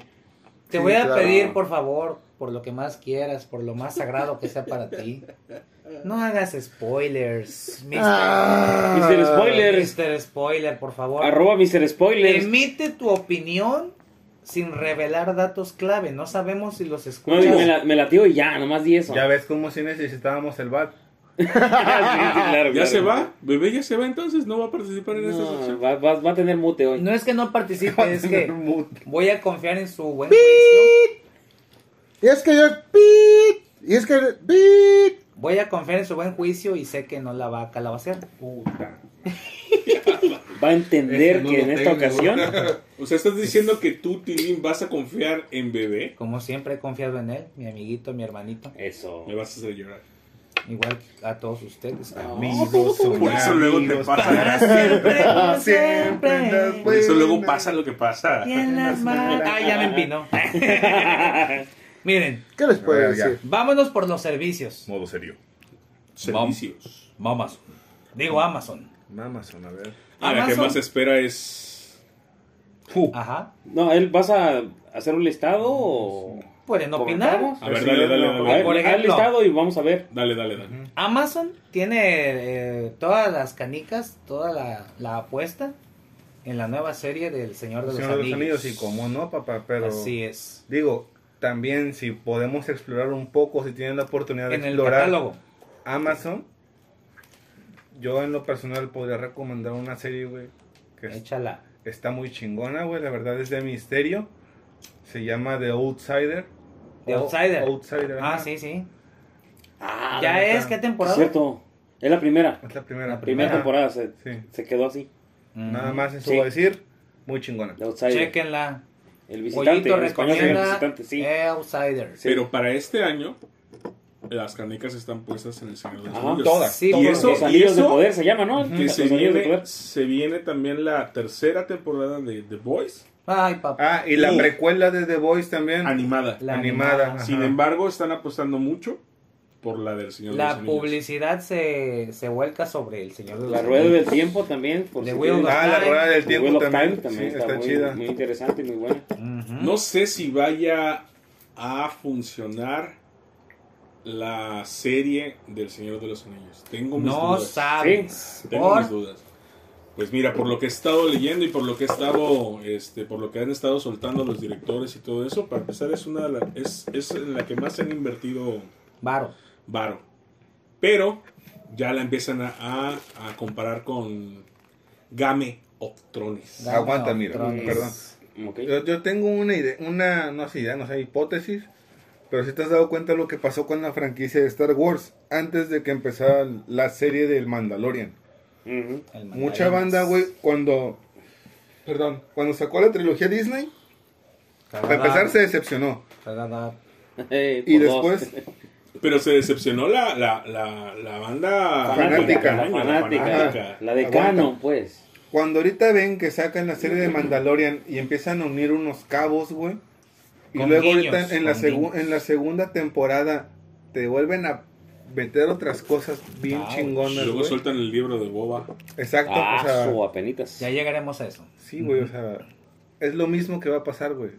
C: te
B: sí,
C: voy a
B: claro.
C: pedir, por favor, por lo que más quieras, por lo más sagrado que sea para ti. No hagas spoilers, Mr.
B: Ah.
F: Mr. Spoiler.
C: Mr. Spoiler, por favor.
F: Arroba Mr. Spoilers.
C: Emite tu opinión sin revelar datos clave. No sabemos si los
F: No,
C: escuchas.
F: digo, me, la, me latió y ya, nomás di eso.
E: Ya ves cómo si necesitábamos el bat.
D: ¿Ya se va? ¿Bebé ya se va entonces? ¿No va a participar en esta sección?
F: No, va, va- va a tener mute hoy.
C: No es que no participe, es que
E: Mut.
C: voy a confiar en su buen juicio.
B: Y es que yo. ¡Pit! Y es que. ¡Pit!
C: Voy a confiar en su buen juicio y sé que no la va a calabacear.
F: Va a entender
E: Ese no
F: que
E: lo
F: en esta
E: tengo.
F: ocasión
D: O sea, estás diciendo que tú, Tilín, vas a confiar en bebé.
C: Como siempre he confiado en él, mi amiguito, mi hermanito,
F: Eso.
D: Me vas a hacer llorar.
C: igual que a todos ustedes.
E: Amigos, son
D: Por eso luego te
E: amigos
D: pasa.
C: Siempre, como
E: Siempre andas
C: siempre.
D: Por eso luego pasa lo que pasa.
C: Y en las manos. Ah, ya me empinó. Miren,
B: ¿Qué les puedo
E: Ya,
D: Ah,
E: ya.
B: decir?
C: vámonos por los servicios.
E: Modo serio.
D: Servicios.
C: Amazon. Digo Amazon.
E: Amazon, a ver.
D: Ah, la que
C: Amazon.
D: más espera es.
C: Ajá.
F: No, él vas a hacer un listado o.
C: Pueden opinar.
F: ¿Comentamos?
D: A ver,
E: Sí,
D: dale, dale,
E: no,
F: A
D: dale.
F: ver,
C: Por
F: haz
C: ejemplo.
F: listado y vamos a ver.
D: Dale, dale, dale.
C: Amazon tiene eh, todas las canicas, toda la, la apuesta en la nueva serie del Señor de los
E: Señor de los
C: Anillos.
E: Anillos, y como no, papá, pero.
C: Así es.
E: Digo, también si podemos explorar un poco, si tienen la oportunidad de
C: En el
E: explorar
C: catálogo.
E: Amazon, yo en lo personal podría recomendar una serie, güey, que es-
C: Échala.
E: está muy chingona, güey, la verdad es de misterio. Se llama The Outsider.
C: The
E: O-
C: Outsider.
E: Outsider.
C: Ah,
E: ajá.
C: sí, sí.
F: Ah,
C: ¿Ya
E: neta.
C: es? ¿Qué
F: es
C: temporada?
F: cierto. Es la primera.
E: Es la primera.
C: La
F: Primera
E: Ajá.
F: temporada se,
E: Sí.
F: se quedó así.
C: Mm.
E: Nada más eso
F: Sí.
E: voy a decir. Muy chingona.
F: The Outsider.
C: Chequenla.
F: El visitante.
C: Pollito
F: El español es el
C: recomienda
F: visitante, sí.
C: eh, Outsider.
F: Sí.
D: Pero para este año, las canicas están puestas en el Señor de los
F: Ajá.
D: Anillos.
E: Todas.
C: Sí,
D: Y
C: porque-
D: eso-
F: Los anillos
D: eso
F: de poder se llama, ¿no?
D: Que
F: Los
D: se
F: anillos de
D: viene,
F: poder.
D: se viene también la tercera temporada de The Boys
C: Ay, papá.
E: Ah, y la
D: Uh.
E: precuela de The Voice también.
D: Ah, animada.
C: La
E: animada.
C: animada.
E: ajá.
D: Sin embargo, están apostando mucho por la del Señor de
C: La
D: los Anillos.
C: publicidad se, se vuelca sobre el Señor de los
F: La rueda
C: Anillos.
F: del tiempo también. Por
C: The
F: si
C: Wheel
F: quieren-
C: of
E: Ah, la rueda del
F: The
E: tiempo
F: Wheel of
E: también.
F: Time también
E: sí,
F: está,
E: está
F: muy,
E: chida.
F: muy interesante y muy buena.
C: Ujú.
D: No sé si vaya a funcionar la serie del Señor de los Anillos. Tengo mis
C: No
D: dudas.
C: sabes.
D: Tengo mis dudas. Pues mira, por lo que he estado leyendo y por lo que he estado, este, por lo que han estado soltando los directores y todo eso, para empezar es una de la- es, es en la que más se han invertido
C: Varo.
D: varo. Pero ya la empiezan a, a- a comparar con Game of Thrones.
C: Game
E: Aguanta,
C: of
E: mira,
C: Thrones.
E: Mm, perdón. Eh,
F: Ok.
E: Yo, yo tengo una idea, una, no sé, idea, no sé, hipótesis, Pero si te has dado cuenta lo que pasó con la franquicia de Star Wars antes de que empezara la serie del Mandalorian.
F: Ujú.
C: El
E: Mucha
C: Mandalorian.
E: banda, güey, cuando. Perdón, cuando sacó la trilogía Disney, para empezar se decepcionó.
F: Eh,
E: Y
F: por dos.
E: después,
D: Pero se decepcionó la, la, la, la banda
E: Fanática.
F: La fanática.
E: Ajá.
F: La de
E: Aguanta.
F: Canon, pues.
E: Cuando ahorita ven que sacan la serie de Mandalorian y empiezan a unir unos cabos, güey. Y
C: Con
E: luego
C: guiños,
E: ahorita en la,
C: con
E: segu-
C: guiños.
E: en la segunda temporada te vuelven a meter otras cosas bien
C: Ouch.
E: chingonas,
D: Luego
E: güey.
D: sueltan el libro de Boba.
E: Exacto,
F: Ah,
E: o sea,
F: su apenitas.
C: Ya llegaremos a eso.
E: sí, güey, o sea, es lo mismo que va a pasar, güey.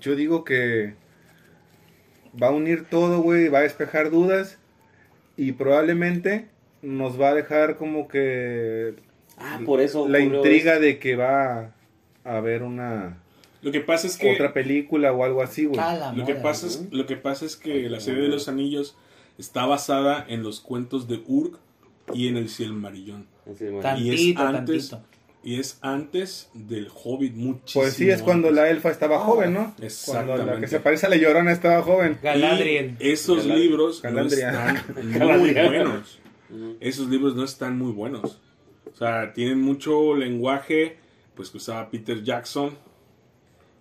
E: Yo digo que va a unir todo, güey, va a despejar dudas y probablemente nos va a dejar como que
F: Ah, por eso.
E: la
F: ocurrió
E: intriga de que va a haber una
D: Lo que pasa es que.
E: otra película o algo así, güey.
C: A la
D: Lo que,
C: moda,
D: pasa es,
C: güey.
D: lo que pasa es que la serie de los anillos está basada en los cuentos de Urg y en el Silmarillón.
F: esto. Sí, bueno.
D: Tan- y es
C: Tantito,
D: antes-
C: tantito.
D: Y es antes del Hobbit, muchísimo.
E: Pues sí, es cuando la
D: antes.
E: elfa estaba joven, ¿no?
D: exactamente.
E: Cuando la que se parece a la llorona estaba joven.
C: Galadriel.
D: Y esos
E: Galadriel.
D: libros no
E: Galadriel.
D: están muy
F: Galadriel.
D: buenos.
F: Ujú.
D: Esos libros no están muy buenos. O sea, tienen mucho lenguaje, pues que usaba Peter Jackson,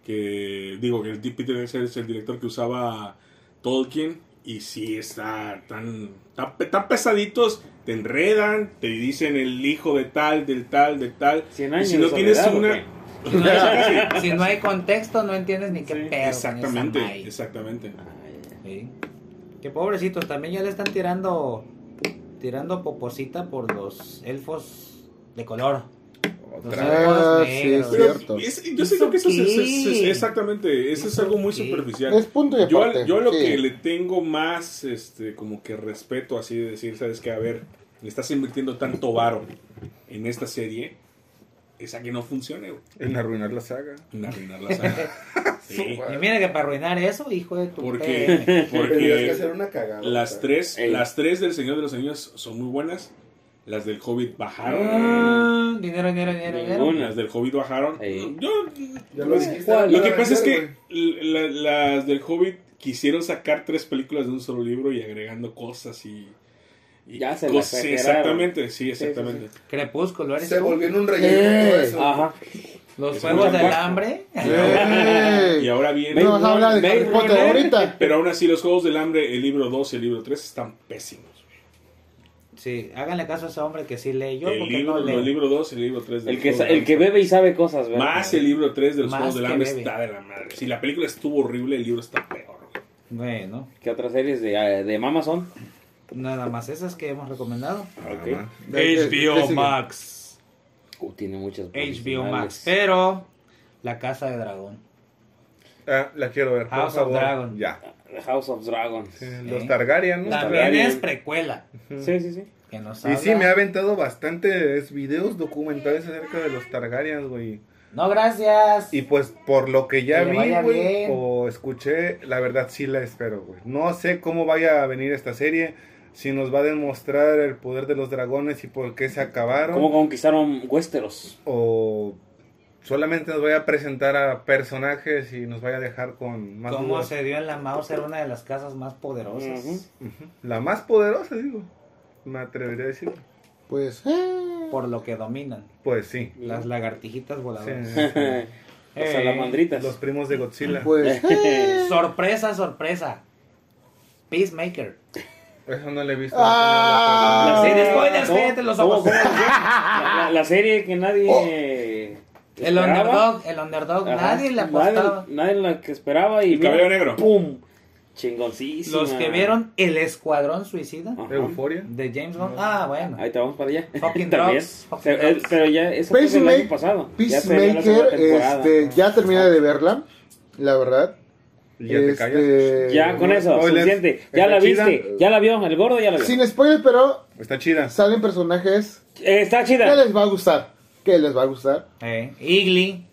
D: que digo que el di- Peter Jackson es el director que usaba Tolkien, y sí está tan, tan, pe- tan pesaditos, te enredan, te dicen el hijo de tal, del tal, de tal.
F: Cien
D: y
F: años
D: si no
F: de
D: tienes
F: soledad, ¿o
D: una...
F: qué?
C: Si no hay- si no hay contexto, no entiendes ni qué pedo. con esa
D: Exactamente,
C: madre.
D: exactamente.
C: Sí. Que pobrecitos, también ya le están tirando tirando poposita por los elfos de color. Los
E: Otra.
B: Ah,
C: elfos
B: sí,
C: negros.
B: es cierto.
D: Es- yo sí creo que eso es,
C: ¿Eso
D: es- es-
C: qué?
D: exactamente, eso es
C: ¿Eso
D: algo muy
C: qué?
D: superficial.
B: Es punto y
D: Yo,
B: aparte.
D: yo lo
B: sí.
D: que le tengo más, este, como que respeto, así de decir, sabes que, a ver, le estás invirtiendo tanto varo en esta serie, es a que no funcione, güey.
E: En arruinar la saga.
D: En arruinar la saga. Sí,
C: Y mira que para arruinar eso, hijo de tu perra.
D: porque,
E: Tendrías que hacer
D: porque
E: una cagada.
D: las
E: güey.
D: tres,
F: Ey.
D: las tres del Señor de los Anillos son muy buenas, las del Hobbit bajaron.
C: Ah, dinero, dinero, dinero, dinero.
F: Ninguna.
D: Las del Hobbit bajaron.
F: Ey.
D: Yo
E: Ya lo dijiste.
F: ¿Cuál?
D: Lo que pasa es que la- la- las del Hobbit quisieron sacar tres películas de un solo libro y agregando cosas y. y
F: Ya se la
D: cosas.
F: exageraron.
D: Exactamente, sí, exactamente.
C: Crepúsculo, eres
E: Se
C: tú.
E: volvió en un relleno.
B: Eh.
E: eso.
F: Ajá.
C: los
D: Es
C: juegos
D: un
C: del
D: cuarto.
C: hambre.
B: ¡Ey!
D: Y ahora viene.
B: No nos habla de
F: Blade
B: Harry Potter
F: Runner.
B: ahorita.
D: Pero aún así, los Juegos del Hambre, el libro 2 y el libro 3 están pésimos.
C: Sí, háganle caso a ese hombre que sí lee yo,
D: el
C: porque
D: libro,
C: no
D: el
C: lee.
D: libro 2 y el libro 3 del
F: El que,
E: Pues,
D: Juego
F: sa-
D: del
F: el que
D: Hambre.
F: bebe y sabe cosas, ¿verdad?
D: Más el libro 3 de los
C: Más
D: Juegos del
C: que
D: Hambre
C: bebe.
D: está de la madre. Si la película estuvo horrible, el libro está peor.
C: Bueno,
F: ¿Qué otras series de, eh, de Mama son?
C: nada más esas que hemos recomendado.
F: Ok.
C: HBO Max.
F: Uh, tiene muchas.
C: HBO
F: originales.
C: Max. Eh. Pero La Casa de Dragón.
E: Ah, la quiero ver. por
C: House of
E: favor.
C: Dragon.
E: Ya.
F: The House of Dragons.
E: Eh,
C: Sí.
E: Los Targaryen, ¿no?
C: También
F: bien.
C: es precuela.
F: Sí, sí, sí.
C: Que nos
E: Y
C: habla-
E: sí, me ha aventado bastantes videos documentales acerca de los Targaryens, güey.
C: No, gracias.
E: Y pues por lo que ya
C: Que le
E: vi,
C: vaya
E: güey,
C: bien.
E: o escuché, la verdad sí la espero, güey. No sé cómo vaya a venir esta serie, si nos va a demostrar el poder de los dragones y por qué se acabaron,
F: ¿Cómo conquistaron Westeros?
E: o solamente nos vaya a presentar a personajes y nos vaya a dejar con más
C: Cómo
E: dudas.
C: se dio en la Mauser una de las casas más poderosas.
F: Ujú.
E: La más poderosa, digo, me atrevería a decir.
B: Pues, eh.
C: Por lo que dominan.
E: Pues sí.
C: Las lagartijitas
E: Sí.
C: voladoras.
F: Las
C: Eh,
F: salamandritas.
E: Los primos de Godzilla.
B: Pues, eh.
C: Sorpresa, sorpresa. Peacemaker.
E: Eso no le he visto.
B: Ah.
F: La
C: Sin
F: serie-
C: spoilers,
F: ¿Cómo?
C: cállate los
F: ¿Cómo?
C: ojos.
F: ¿Cómo? La, la- la serie que nadie.
C: El
F: esperaba.
C: underdog, el underdog.
F: Ajá.
C: Nadie le
F: Nadie-
C: apostaba.
F: Nadie la que esperaba y.
D: El Caballero Negro.
F: ¡Pum! Chingoncísima.
C: Los que vieron El Escuadrón Suicida
F: Ajá.
E: Euforia.
C: de James Bond. Ah, bueno.
F: Ahí te vamos para allá.
C: Fucking
F: También.
C: drugs, fucking
F: Se- eh,
C: drugs.
F: Pero ya, eso fue del
B: Peacemaker-
F: año pasado. Ya se dio la segunda
B: Peacemaker,
F: temporada.
B: este, ya terminé de verla, la verdad.
E: Y ya te callas.
B: Este,
F: Ya con eso,
E: Spoilers.
F: suficiente. Ya
E: Eh, Está
F: la
E: chida.
F: viste, ya la vio, el gordo ya la vio.
B: Sin spoiler, pero
E: Está chida.
B: salen personajes
F: Eh, está
B: que
F: chida.
B: les va a gustar. Que les va a gustar.
C: Eh, Igli.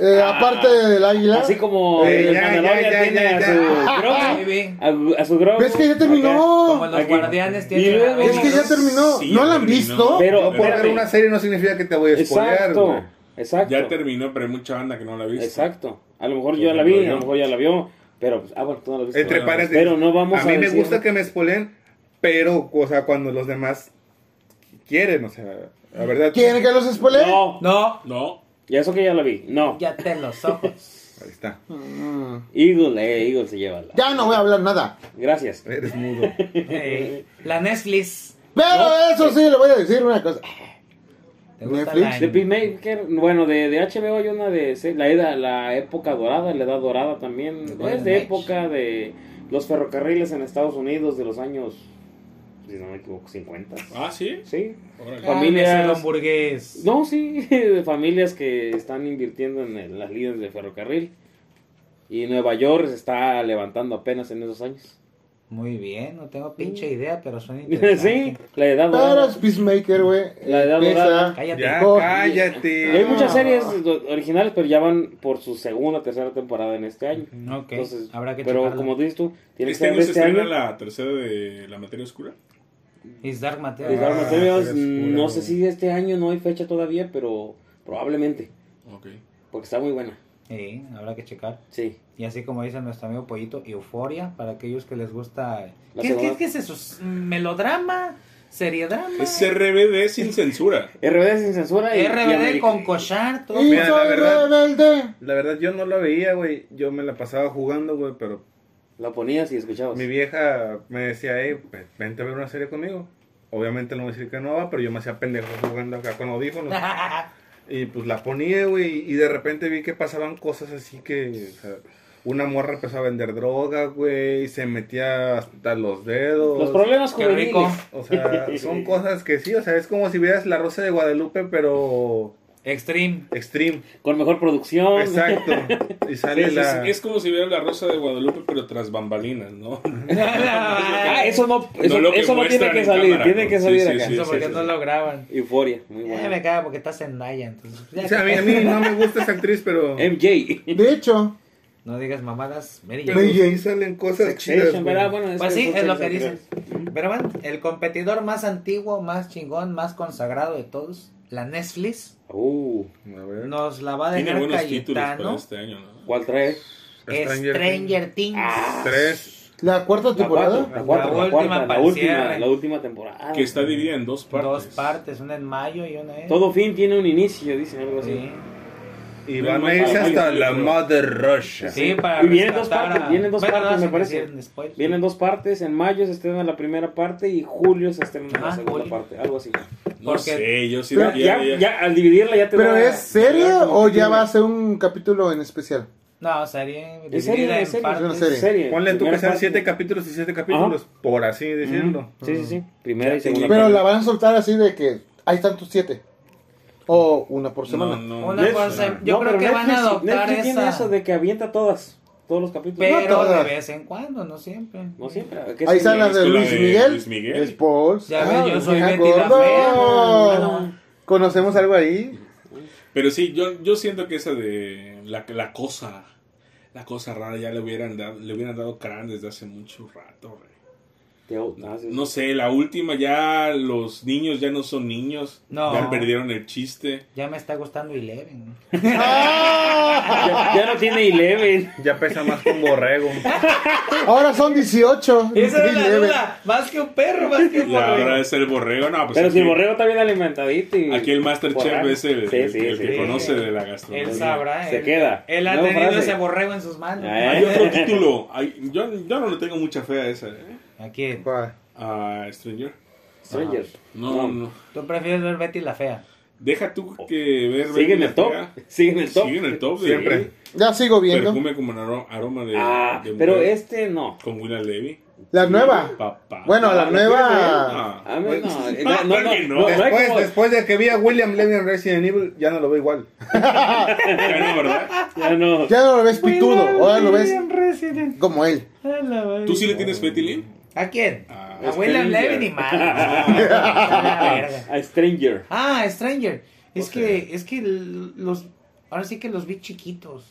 B: Eh,
F: Ah.
B: aparte del águila.
F: Así como
E: Eh,
F: el
E: ya,
F: Mandalorian
E: ya, ya,
F: tiene
E: ya,
F: a
E: ya.
F: su
C: Baby.
F: Grogu, a, a su Grogu.
B: ¿Ves que ya
F: Acá.
C: Como
B: terminó?
C: los
F: Ah. Aquí.
C: guardianes
F: Y
C: tienen.
F: luego-
C: a-
B: Es que ya terminó.
D: Sí,
B: ¿No la han
D: terminó.
B: visto?
F: Pero,
E: No por ver
F: espérate.
E: una serie no significa que te voy a spoilear,
F: exacto,
E: güey.
F: exacto.
D: Ya terminó, pero hay mucha banda que no la ha visto.
F: Exacto. A lo mejor
D: Por
F: yo ya la
D: ejemplo,
F: vi, a
D: yo.
F: lo mejor ya la vio. Pero, pues, ah, bueno, tú no lo viste.
E: Entre
F: Bueno,
E: pares de-
F: Pero no vamos a
E: a mí me
F: decir-
E: gusta que me spoilen, pero, o sea, cuando los demás quieren, o sea, la verdad.
B: ¿Quieren que los spoilee?
F: No,
C: No,
D: No.
F: y eso que ya lo vi. No.
C: ya te los ojos.
E: Ahí está.
F: Eagle, eh, Eagle se lleva la.
B: Mm. Ya no voy a hablar nada.
F: Gracias.
E: Eres mudo.
C: Eh, la Netflix.
B: Pero eso sí, le voy a decir una cosa.
C: ¿Te gusta la
B: Netflix.
F: De Peacemaker, bueno, de, de HBO hay una de se- la, edad- la época dorada, la edad dorada también.
C: The
F: Es
C: Golden
F: de
C: Age.
F: época de los ferrocarriles en Estados Unidos de los años, si no me equivoco, 50.
D: Ah, sí.
F: Sí.
D: Órale.
F: familias.
C: Ah, el hamburgués.
F: No, sí, de familias que están invirtiendo en, el- las líneas de ferrocarril. Y Nueva York se está levantando apenas en esos años.
C: Muy bien, no tengo pinche
F: Sí.
C: idea, pero suena
F: sí,
C: interesante.
F: la edad
B: Pero
F: dorada.
B: es Peacemaker, güey.
F: La edad
B: Empieza-
F: dorada.
C: Cállate.
E: Ya,
B: Por-
F: Y
E: cállate.
F: hay muchas series do- originales, pero ya van por su segunda o tercera temporada en este año.
C: Ok,
F: Entonces,
C: habrá que
F: pero
C: checarla.
F: como dices tú, tiene que
D: Este
F: ser
D: año
F: de
D: se
F: este
D: estrena
F: año.
D: la tercera de La Materia Oscura.
C: Is Dark
F: de
C: Materials.
F: Dark
E: Ah,
F: Materials,
E: qué oscura,
F: no sé
E: güey.
F: si este año no hay fecha todavía, pero probablemente,
D: Ok.
F: porque está muy buena.
C: Sí, habrá que checar.
F: Sí.
C: Y así como dice nuestro amigo Pollito, Euforia, para aquellos que les gusta...
F: La
C: ¿Qué,
F: segunda-
C: qué- qué es eso? ¿S- ¿Melodrama? ¿Seriedrama?
D: Es RBD sin censura.
F: RBD sin censura y, y
C: RBD
F: Ameri-
C: con Cochar, todo.
B: Y
E: Mira, la
B: soy
E: verdad-
B: rebelde.
E: La verdad, yo no la veía, güey. Yo me la pasaba jugando, güey, pero
F: La ponías y escuchabas.
E: mi vieja me decía, hey, pues, vente a ver una serie conmigo. Obviamente no voy a decir que no va, pero yo me hacía pendejo jugando acá con audífonos. Y pues la ponía, güey, y de repente vi que pasaban cosas así que... o sea, una morra empezó a vender droga, güey, y se metía hasta los dedos.
F: Los problemas
C: Qué
F: juveniles.
C: rico.
E: O sea, son cosas que sí, o sea, es como si vieras La Rosa de Guadalupe, pero
C: Extreme.
E: extreme.
F: Con mejor producción.
E: Exacto. Y
D: Es,
E: sale la...
D: es- es como si viera La Rosa de Guadalupe, pero tras bambalinas, ¿no?
F: Ah, eso no, eso,
D: lo que
F: eso no tiene
D: muestran
F: que
D: en
F: salir,
D: cámara,
F: tiene que
D: pues,
F: salir
D: sí, sí,
F: acá.
D: sí,
C: Eso porque
D: sí.
C: no lo graban.
F: Euforia, muy
C: Ya Eh, me
F: buena.
C: caga porque está Zendaya, entonces... ya
E: O sea, a mí, a mí no me gusta esa actriz, pero...
F: MJ.
B: De hecho,
C: No digas mamadas, Mary
E: Pero
C: Jane.
E: sí salen cosas chidas, güey.
F: ¿verdad? Bueno, es
C: Pues
F: que
C: sí,
F: son
C: es lo que
F: series
C: dicen.
F: anteriores.
C: Pero bueno, el competidor más antiguo, más chingón, más consagrado de todos, la Netflix,
F: Uh,
E: A ver.
C: nos la va a
D: Tiene
C: dejar
D: buenos títulos para
C: Cayetano.
D: este año, ¿no?
F: ¿Cuál trae?
E: Stranger
C: Stranger Things. Ah,
E: Tres.
B: la cuarta
F: La
B: temporada.
F: cuatro, la cuarta,
C: La
F: la cuarta,
C: última
F: la
C: para el
F: última,
C: cierre.
F: la última temporada.
D: Que está dividida en dos partes.
C: Dos partes, una en mayo y una en.
F: Todo fin tiene un inicio, dicen algo así.
C: Eh. Sí,
E: Y
D: No
E: van a
D: hay
E: irse
D: más
E: hasta
D: películas,
E: la
D: creo.
E: Mother Russia.
C: sí para.
F: Y vienen dos
C: rescatar
F: partes, vienen dos
C: Bueno,
F: partes,
C: no,
F: me
C: sin
F: parece.
C: decir spoilers.
F: Vienen dos partes, en mayo se estrena la primera parte y julio se estrena la
C: Ajá,
F: segunda
C: julio.
F: parte, algo así.
D: No
C: Porque-
D: sé, yo sí
B: Pero
D: diría-
F: Ya, ya, al dividirla ya te
B: ¿Pero
F: da-
B: es serie
F: te da como
B: o
F: que
B: ya
F: tiene-
B: va a ser un capítulo en especial?
C: No, serie.
F: Es serie,
C: dividida
F: es
C: en
F: serie,
B: una
C: partes.
B: serie.
F: es serie.
E: Ponle tú que
F: Primera
E: sean
F: parte.
E: siete capítulos y siete capítulos, por así decirlo.
F: Sí, sí, sí. Primera y
D: Ya tiene-
F: segunda
B: Pero
F: parte.
B: la van a soltar así de que ahí están tus siete. O una por semana.
D: No, no,
C: Una
D: no.
C: cosa- yo
F: No,
C: creo
F: pero
C: que van a
F: Netflix-
C: adoptar
F: Netflix tiene
C: esa.
F: eso de que avienta todas, todos los capítulos.
C: Pero de
B: todas.
C: vez en cuando, no siempre.
F: No siempre. ¿qué
B: ahí
F: serie?
B: están las de
D: ¿Es que la
B: Luis
D: de
B: Miguel.
D: Luis Miguel?
B: Es Paul.
C: Ya ven, yo soy
B: Ah,
C: Betty la
B: gordo.
C: Fea. Ah,
B: ¿Conocemos algo ahí?
D: Pero sí, yo, yo siento que esa de la, la cosa, la cosa rara ya le hubieran dado, le hubieran dado crán desde hace mucho rato. güey.
F: Te- ah, sí, sí.
D: No sé, la última ya los niños ya no son niños,
C: No.
D: ya perdieron el chiste.
C: Ya me está gustando Eleven.
F: Ya, ya no tiene Eleven.
E: Ya pesa más con borrego.
B: Ahora son 18.
C: Esa era la
B: 11.
C: duda. Más que un perro, más que un
D: Y ahora
C: perro.
D: es el borrego, no, pues
F: Pero
D: aquí,
F: si el borrego está bien alimentadito. Y
D: aquí el Masterchef
F: borrego.
D: es el,
F: Sí, sí,
D: el- el
F: sí.
D: que conoce de la gastronomía.
C: Él sabrá.
F: Se
C: él-
F: queda.
C: Él ha
F: Nueva
C: tenido
F: frase.
C: ese borrego en sus manos.
F: Ah,
B: ¿eh?
D: Hay otro título, hay- yo, yo no le tengo mucha fe a esa, ¿eh?
C: Aquí.
B: Pa.
D: a Stranger.
F: Stranger.
D: No, no.
C: ¿Tú prefieres ver Betty la fea?
D: Deja tú que ver.
F: Sigue en el top. Sigue en el top.
D: Sigue en el top. de-
E: Siempre.
B: Ya sigo viendo.
D: Perfume como un aro- aroma de.
F: Ah,
D: de
F: pero
D: mujer,
F: este no.
D: Con Willa Levy.
B: La nueva.
D: Papá.
B: Bueno, la nueva.
D: Ah,
F: A mí no. eh,
D: Ah,
F: No, no,
D: claro que no.
F: no, no hay
E: Después,
F: como-
E: después de que vi a William Levy en Resident Evil, ya no lo veo igual.
D: ya no, ¿verdad?
F: Ya Ah, no.
B: Ya no lo ves pitudo. Ahora lo ves
C: Resident.
B: como él.
D: ¿Tú sí le tienes fe, Tilly?
C: ¿A quién?
D: Ah,
C: a William
F: Stranger.
C: Levin y mal. La verga.
F: A Stranger.
C: ah, Stranger. Es que, es que l- los. Ahora sí que los vi chiquitos.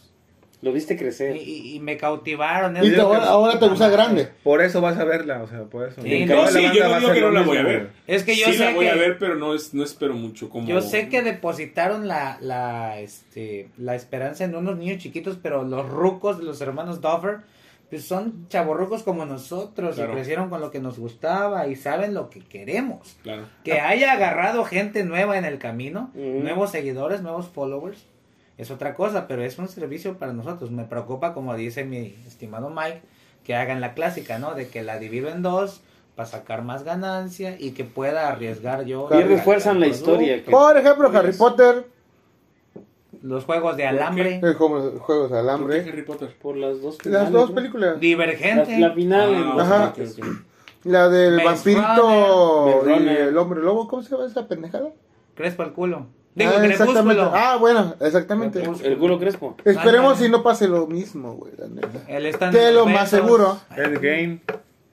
F: Lo viste
C: Y,
F: crecer.
C: y- y me cautivaron.
B: Y te- ahora, ahora te gusta grande.
E: Por eso vas a verla, o sea, por eso.
C: Sí,
E: Toda
D: No,
E: la
D: sí,
E: banda
D: yo
E: va
D: no
E: a
D: digo
E: ser
D: que
E: lo
D: no la
E: mismo,
D: voy a
E: güey.
D: ver.
C: Es que yo
D: sí
C: sé
D: la voy
C: que-
D: a ver, pero no, es, no espero mucho. Como...
C: Yo sé que depositaron la, la, este, la esperanza en unos niños chiquitos, pero los rucos de los hermanos Duffer pues son chaborrucos como nosotros
D: Claro.
C: y crecieron con lo que nos gustaba y saben lo que queremos.
D: Claro.
C: Que haya agarrado gente nueva en el camino,
F: Ah. Ujú.
C: nuevos seguidores, nuevos followers, es otra cosa, pero es un servicio para nosotros. Me preocupa, como dice mi estimado Mike, que hagan la clásica, ¿no? De que la dividen en dos para sacar más ganancia y que pueda arriesgar yo.
B: Y
F: refuerzan la historia. que-
B: Por ejemplo, Harry Potter,
C: Los juegos de alambre,
B: el juego- los juegos de
D: ¿Por qué
B: alambre,
D: Harry Potter?
F: Por las dos
B: las
F: finales,
B: dos
F: ¿no?
B: películas,
F: La,
C: divergente.
F: la final.
D: Ah,
F: las-
B: ajá.
F: ok, ok.
B: la del
C: Maze
B: vampirito
F: Runner, Maze
B: y
F: Runner.
B: el hombre lobo, ¿cómo se llama esa pendejada?
C: Crespo el culo. Digo,
B: ah, exactamente.
C: crepúsculo.
B: Ah, bueno, exactamente.
F: El culo crespo.
B: Esperemos
C: Ándale.
B: si no pase lo mismo, güey, la neta.
C: El
B: De lo más seguro.
E: Endgame.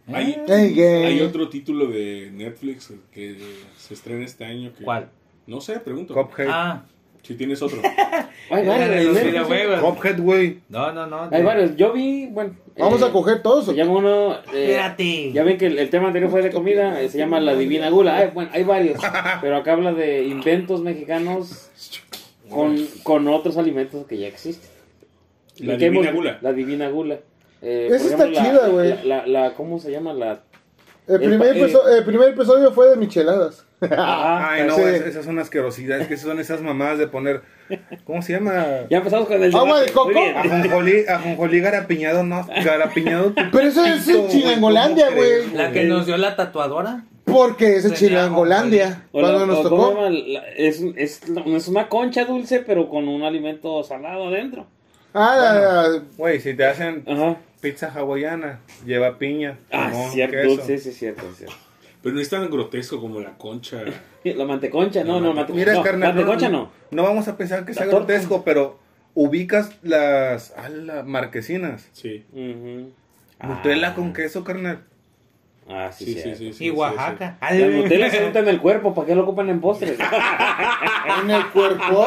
D: Hay,
B: Ey, gay.
F: Eh,
D: hay otro título de Netflix que se estrena este año. Que,
C: ¿Cuál?
D: No sé, pregunto.
E: Cuphead.
C: Ah,
D: Si tienes otro.
F: Hay
C: era de
F: varios.
C: los
F: ¿no?
C: videojuegos.
E: Cuphead, güey.
C: No, no, no.
F: Hay
C: de-
F: varios. Yo vi, bueno.
B: Vamos
F: eh,
B: a coger todos. ¿o
F: Se
B: qué?
F: llama uno. eh,
C: Espérate.
F: ya ven que el, el tema anterior fue de comida. eh, se llama La Divina Gula. Ay, bueno, hay varios. Pero acá habla de inventos mexicanos con, con otros alimentos que ya existen.
D: La
F: Y que
D: Divina
F: hemos-
D: Gula.
F: La Divina Gula. Eh,
B: Esa
F: por
B: está
F: ejemplo, la-
B: chida, güey.
F: La, la, la- ¿Cómo se llama? La.
B: El primer,
F: Eh,
B: episo- el primer episodio fue de micheladas.
F: Ah,
E: Ay, no,
B: sí.
E: es- esas son asquerosidades. Que esas son esas mamadas de poner. ¿Cómo se llama?
F: Ya empezamos con el.
B: Agua de
F: debate. Muy
B: coco.
F: bien.
E: Ajonjolí, ajonjolí garapiñado, no. Garapiñado.
B: Pero eso es en Chilangolandia, güey.
C: La que nos dio la tatuadora.
B: Porque es de
C: Tenía
B: Chilangolandia.
F: O la-
B: Cuando nos
F: o
B: tocó.
F: ¿cómo se llama? La- es, es, la- es una concha dulce, pero con un alimento salado adentro.
B: Ah, la- la-
E: Güey, si te hacen
F: Ajá.
E: pizza hawaiana, lleva piña.
F: Ah,
E: limón,
F: cierto,
E: queso.
F: sí, sí, cierto, cierto.
D: Pero no es tan grotesco como la concha.
F: La manteconcha, no, no, mante-
E: Mira,
F: no,
E: carnal.
F: manteconcha no.
E: No vamos a pensar que
F: La
E: sea
F: torta.
E: grotesco, pero ubicas las. A la marquesinas.
D: Sí.
F: Ujú. Ah.
E: Nutella con queso, carnal.
F: Ah, sí,
D: Sí, sí, sí.
F: cierto.
D: sí, sí,
C: Y Oaxaca. Ay,
F: Las Nutella se unta en el cuerpo, ¿para qué lo ocupan en postres?
B: en el cuerpo.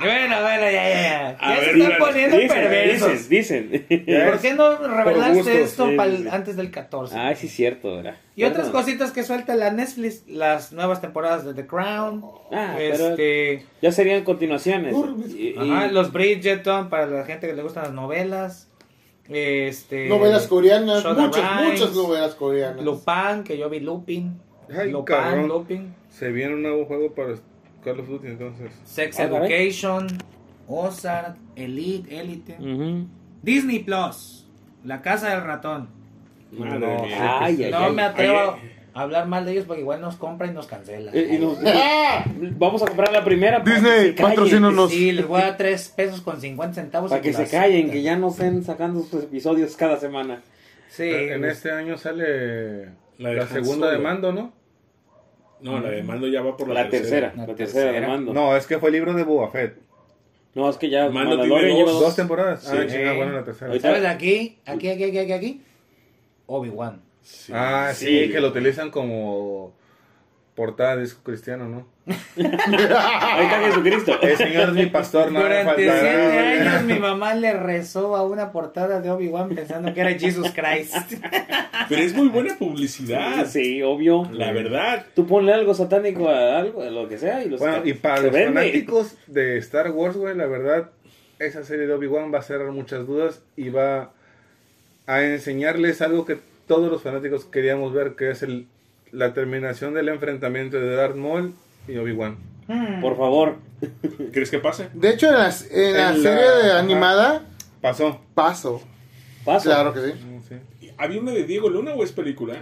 C: Bueno, bueno, ya, ya, ya.
D: A
C: Ya
D: ver,
C: se están
D: mira,
C: poniendo perversos.
F: dicen, dicen.
C: ¿Por qué no revelaste
E: gustos,
C: esto
F: sí,
C: pa'l-
F: sí.
C: antes del 14?
F: Ah, sí, cierto, ¿verdad?
C: y otras
F: Perdón.
C: cositas que suelta la Netflix, las nuevas temporadas de The Crown,
F: Ah, pero-
C: este,
F: Ya serían continuaciones. Y- y-
C: ajá, los Bridgerton para la gente que le gustan las novelas, este,
B: Novelas coreanas.
C: Shonda
B: Muchas,
C: Rhimes,
B: muchas novelas coreanas.
C: Lupin, que yo vi Lupin,
E: Ay,
C: Lupin,
E: cabrón.
C: Lupin,
E: Se viene un nuevo juego para Call of Duty, entonces.
C: Sex
F: Ah, caray.
C: Education, Ozark, Elite, Elite,
F: Ujú.
C: Disney Plus, La Casa del Ratón.
D: Madre
E: No,
D: mía.
F: Ay, ay,
C: No
F: ay.
C: me atrevo a hablar mal de ellos porque igual nos compra y nos cancela.
F: Eh, y nos- Vamos a comprar la primera. para que se
B: Disney,
F: callen.
B: patrocínanos.
C: Sí, les voy a 3 pesos con 50 centavos.
F: Para
C: y
F: que
C: las-
F: se callen, que ya no estén sacando sus episodios cada semana.
C: Sí.
E: en este año sale
D: Eh, La
E: la,
D: de Han
E: segunda
D: Solo.
E: de mando, ¿no?
D: No, la de mando ya va por la,
F: La tercera,
C: La
F: la tercera de
C: tercera.
F: mando. No,
E: No, es que fue el libro de Boba Fett.
F: es que ya
D: Mando tiene
F: Mandalorian lleva
E: Dos temporadas.
D: Sí.
E: Ah, chinga, bueno, la tercera.
F: Ahorita-
C: ¿Sabes? Aquí, aquí, aquí, aquí, aquí, aquí. Obi-Wan.
D: Sí.
E: Ah, sí, que lo utilizan como portada de disco cristiano, ¿no?
F: Ahí está Jesucristo.
E: El Señor es mi pastor, no me
C: Durante
E: faltará.
C: siete años mi mamá le rezó a una portada de Obi-Wan pensando que era Jesus Christ.
D: Pero es muy buena publicidad.
F: Sí, obvio.
D: La verdad.
F: Tú ponle algo satánico a algo, a lo que sea, y los
E: Bueno, y para
F: se
E: los
F: vende.
E: fanáticos de Star Wars, güey, la verdad, esa serie de Obi-Wan va a cerrar muchas dudas y va a enseñarles algo que todos los fanáticos queríamos ver, que es el, la terminación del enfrentamiento de Darth Maul y Obi-Wan.
F: Por favor.
D: ¿Crees que pase?
B: De hecho, en la, en la
E: En la-
B: serie de
E: ajá.
B: animada,
E: Pasó.
B: paso.
F: Paso.
B: Claro que sí.
E: Ah, Sí.
D: ¿Había una de Diego Luna o es película?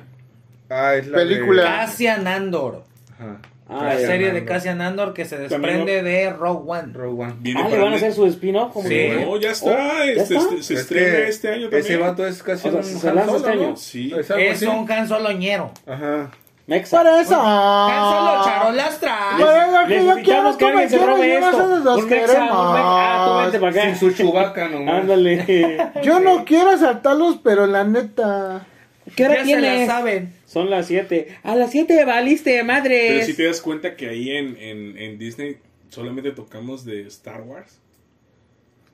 E: Ah, es la
B: Película.
C: Cassian Andor.
E: de- ajá,
F: Ah,
C: La
F: ya.
C: serie de Cassian Andor que se desprende de Rogue One.
E: Rogue One.
D: Viene
F: Ah, le
D: para
F: van
D: Ne-
F: a hacer su spin-off. como
C: Sí.
F: que-
D: No, ya está. este-
F: está?
D: este- se
E: Es
D: estrena
E: que
D: este año también.
E: Ese vato es casi
F: O sea,
E: un
F: se
E: Han
F: lanza
E: Solo,
F: este año.
E: ¿no?
D: Sí.
E: Es algo
C: Es
E: así.
C: un Han Soloñero.
E: Ajá.
F: Mexa.
B: Para eso.
F: Ah.
C: Han
B: Ah,
C: Solo charolas
B: Por eso que yo quiero
F: Necesitamos
B: que
F: que
B: me
F: alguien se
B: quieras,
F: robe
B: yo
F: esto.
B: no sé, los
F: Un Mexa, un Mexa. Ah, tú vente
B: queremos.
F: para acá.
E: Sin su chubaca nomás.
F: Ándale.
B: Yo no quiero asaltarlos, pero la neta.
F: ¿Qué
C: Ya se la saben.
F: Son las 7. A las 7 valiste,
D: Pero
F: madre.
D: si te das cuenta que ahí en, en, en Disney solamente tocamos de Star Wars.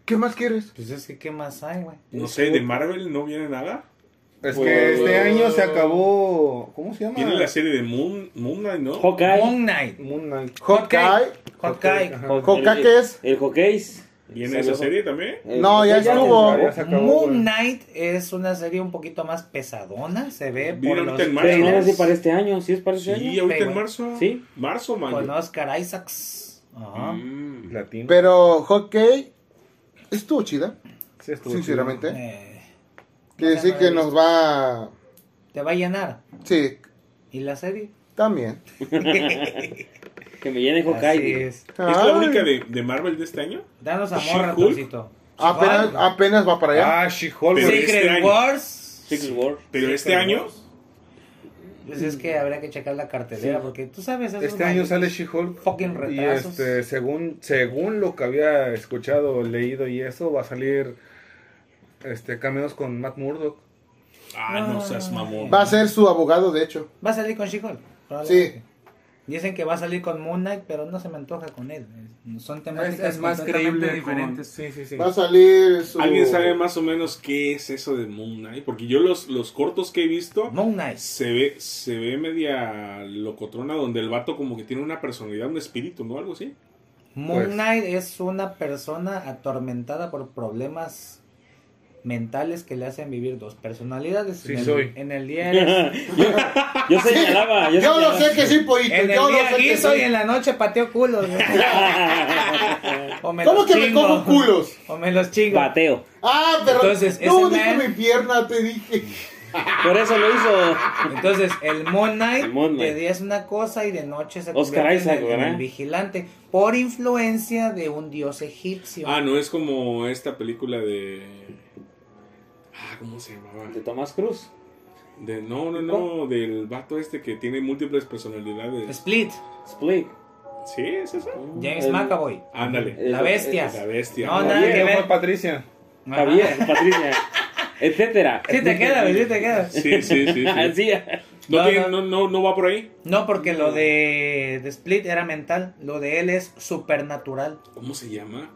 B: ¿Qué más quieres?
C: Pues es que, ¿qué más hay, güey?
D: No sé, de Marvel no viene nada.
E: Es
F: Pues-
E: que este año se acabó. ¿Cómo se llama?
D: Viene la serie de Moon, Moon Knight, ¿no?
F: Hawkeye.
C: Moon Knight.
E: Moon Knight.
B: Hawkeye.
C: Hawkeye.
E: Ajá.
F: Hawk-
B: Hawkeye,
F: el-
B: ¿qué es?
F: El Hawkeye. Eh,
D: ¿Viene esa serie también?
B: No, ya estuvo.
E: Ya se acabó,
C: Moon
E: güey.
C: Knight es una serie un poquito más pesadona, se ve
D: Viene
C: por
D: ahorita
C: los,
D: en marzo.
C: pelos,
F: Pero no era así para este año, sí es para este
D: Sí,
F: año.
D: ahorita
C: Sí,
D: en
C: güey.
D: marzo.
F: Sí.
D: Marzo,
C: con
D: mayo.
C: Oscar Isaacs. Ah. Ajá.
D: Mm.
E: Latino.
B: Pero Hockey estuvo chida,
E: Sí, estuvo
B: sinceramente.
C: Eh,
B: Quiere decir que nos va.
C: te va a llenar.
B: Sí,
C: ¿Y la serie?
B: también.
F: Que me llene
C: Así
F: Hokkaide.
C: es.
D: ¿Es la
B: Ay,
D: única de, de Marvel de este año?
C: Danos
D: ¿She-Hulk?
C: amor, ratoncito.
B: Apenas,
C: She-Hulk.
B: apenas va para
E: chido.
B: allá.
E: Ah, She-Hulk.
D: Pero
E: güey.
D: este
C: Secret
D: año.
C: Wars.
F: Secret War.
D: Pero
C: Sí,
D: este
C: pero-
D: año,
C: Pues es que habría que checar la cartelera
F: Sí.
C: porque tú sabes esos
E: Este año
C: malditos-
E: sale She-Hulk.
C: Fucking
E: Y
C: retrasos.
E: este, según, según lo que había escuchado, leído y eso, va a salir este cameos con Matt Murdock.
D: ah, no seas mamón.
B: Va a ser su abogado, de hecho.
C: Va a salir con She-Hulk. probablemente. Dicen que va a salir con Moon Knight, pero no se me antoja con él. Son
E: Es,
C: temáticas
E: es más
C: completamente
E: creíble.
C: diferentes.
E: con- Sí, sí, sí.
B: Va a salir su.
D: ¿Alguien sabe más o menos qué es eso de Moon Knight? Porque yo los, los cortos que he visto
C: Moon Knight.
D: se ve, se ve media locotrona donde el vato como que tiene una personalidad, un espíritu, ¿no? Algo así.
C: Moon
E: Pues-
C: Knight es una persona atormentada por problemas mentales que le hacen vivir dos personalidades.
E: Sí
C: en el,
E: soy.
C: En el día eres,
F: yo, yo señalaba. Yo,
B: Yo lo
F: señalaba.
B: sé que sí, pollito.
C: en el
B: Pues Yo lo
C: día
B: sé que
C: guiso y en
B: sí.
C: la noche pateo culos. ¿no? O me
B: ¿Cómo
C: los
B: que me
C: chingo.
B: como culos?
C: O me los chingo.
F: Bateo.
B: Ah, pero.
C: Entonces,
B: no,
C: ese
B: dijo
C: man-
B: mi pierna, te dije.
F: Por eso lo hizo.
C: Entonces, el Moon Knight,
F: El Moon Knight.
C: de día es una cosa y de noche se
F: Oscar
C: convierte en
F: Isaac,
C: el- en,
F: ¿verdad?
C: el vigilante por influencia de un dios egipcio.
D: Ah, no, es como esta película de... Ah, ¿cómo se llamaba?
F: De Tomás Cruz.
D: De, no, no, no, del vato este que tiene múltiples personalidades.
C: Split,
F: Split.
D: ¿Sí? ¿Es eso?
C: James
F: El-
C: McAvoy,
D: Ándale.
F: el-
C: la bestia.
D: La bestia.
C: No,
D: Ah,
C: nada que
E: ¿Quién
C: ver.
E: fue Patricia?
C: Ajá.
F: Javier, Patricia. Etcétera. Ah,
C: Sí te queda, güey, sí te queda.
D: Sí, sí, sí. sí.
F: Así.
D: ¿No,
C: No,
D: tiene-
C: no.
D: no, no, no va por ahí?
C: No, porque lo de, de Split era mental, lo de él es supernatural.
D: ¿Cómo se llama?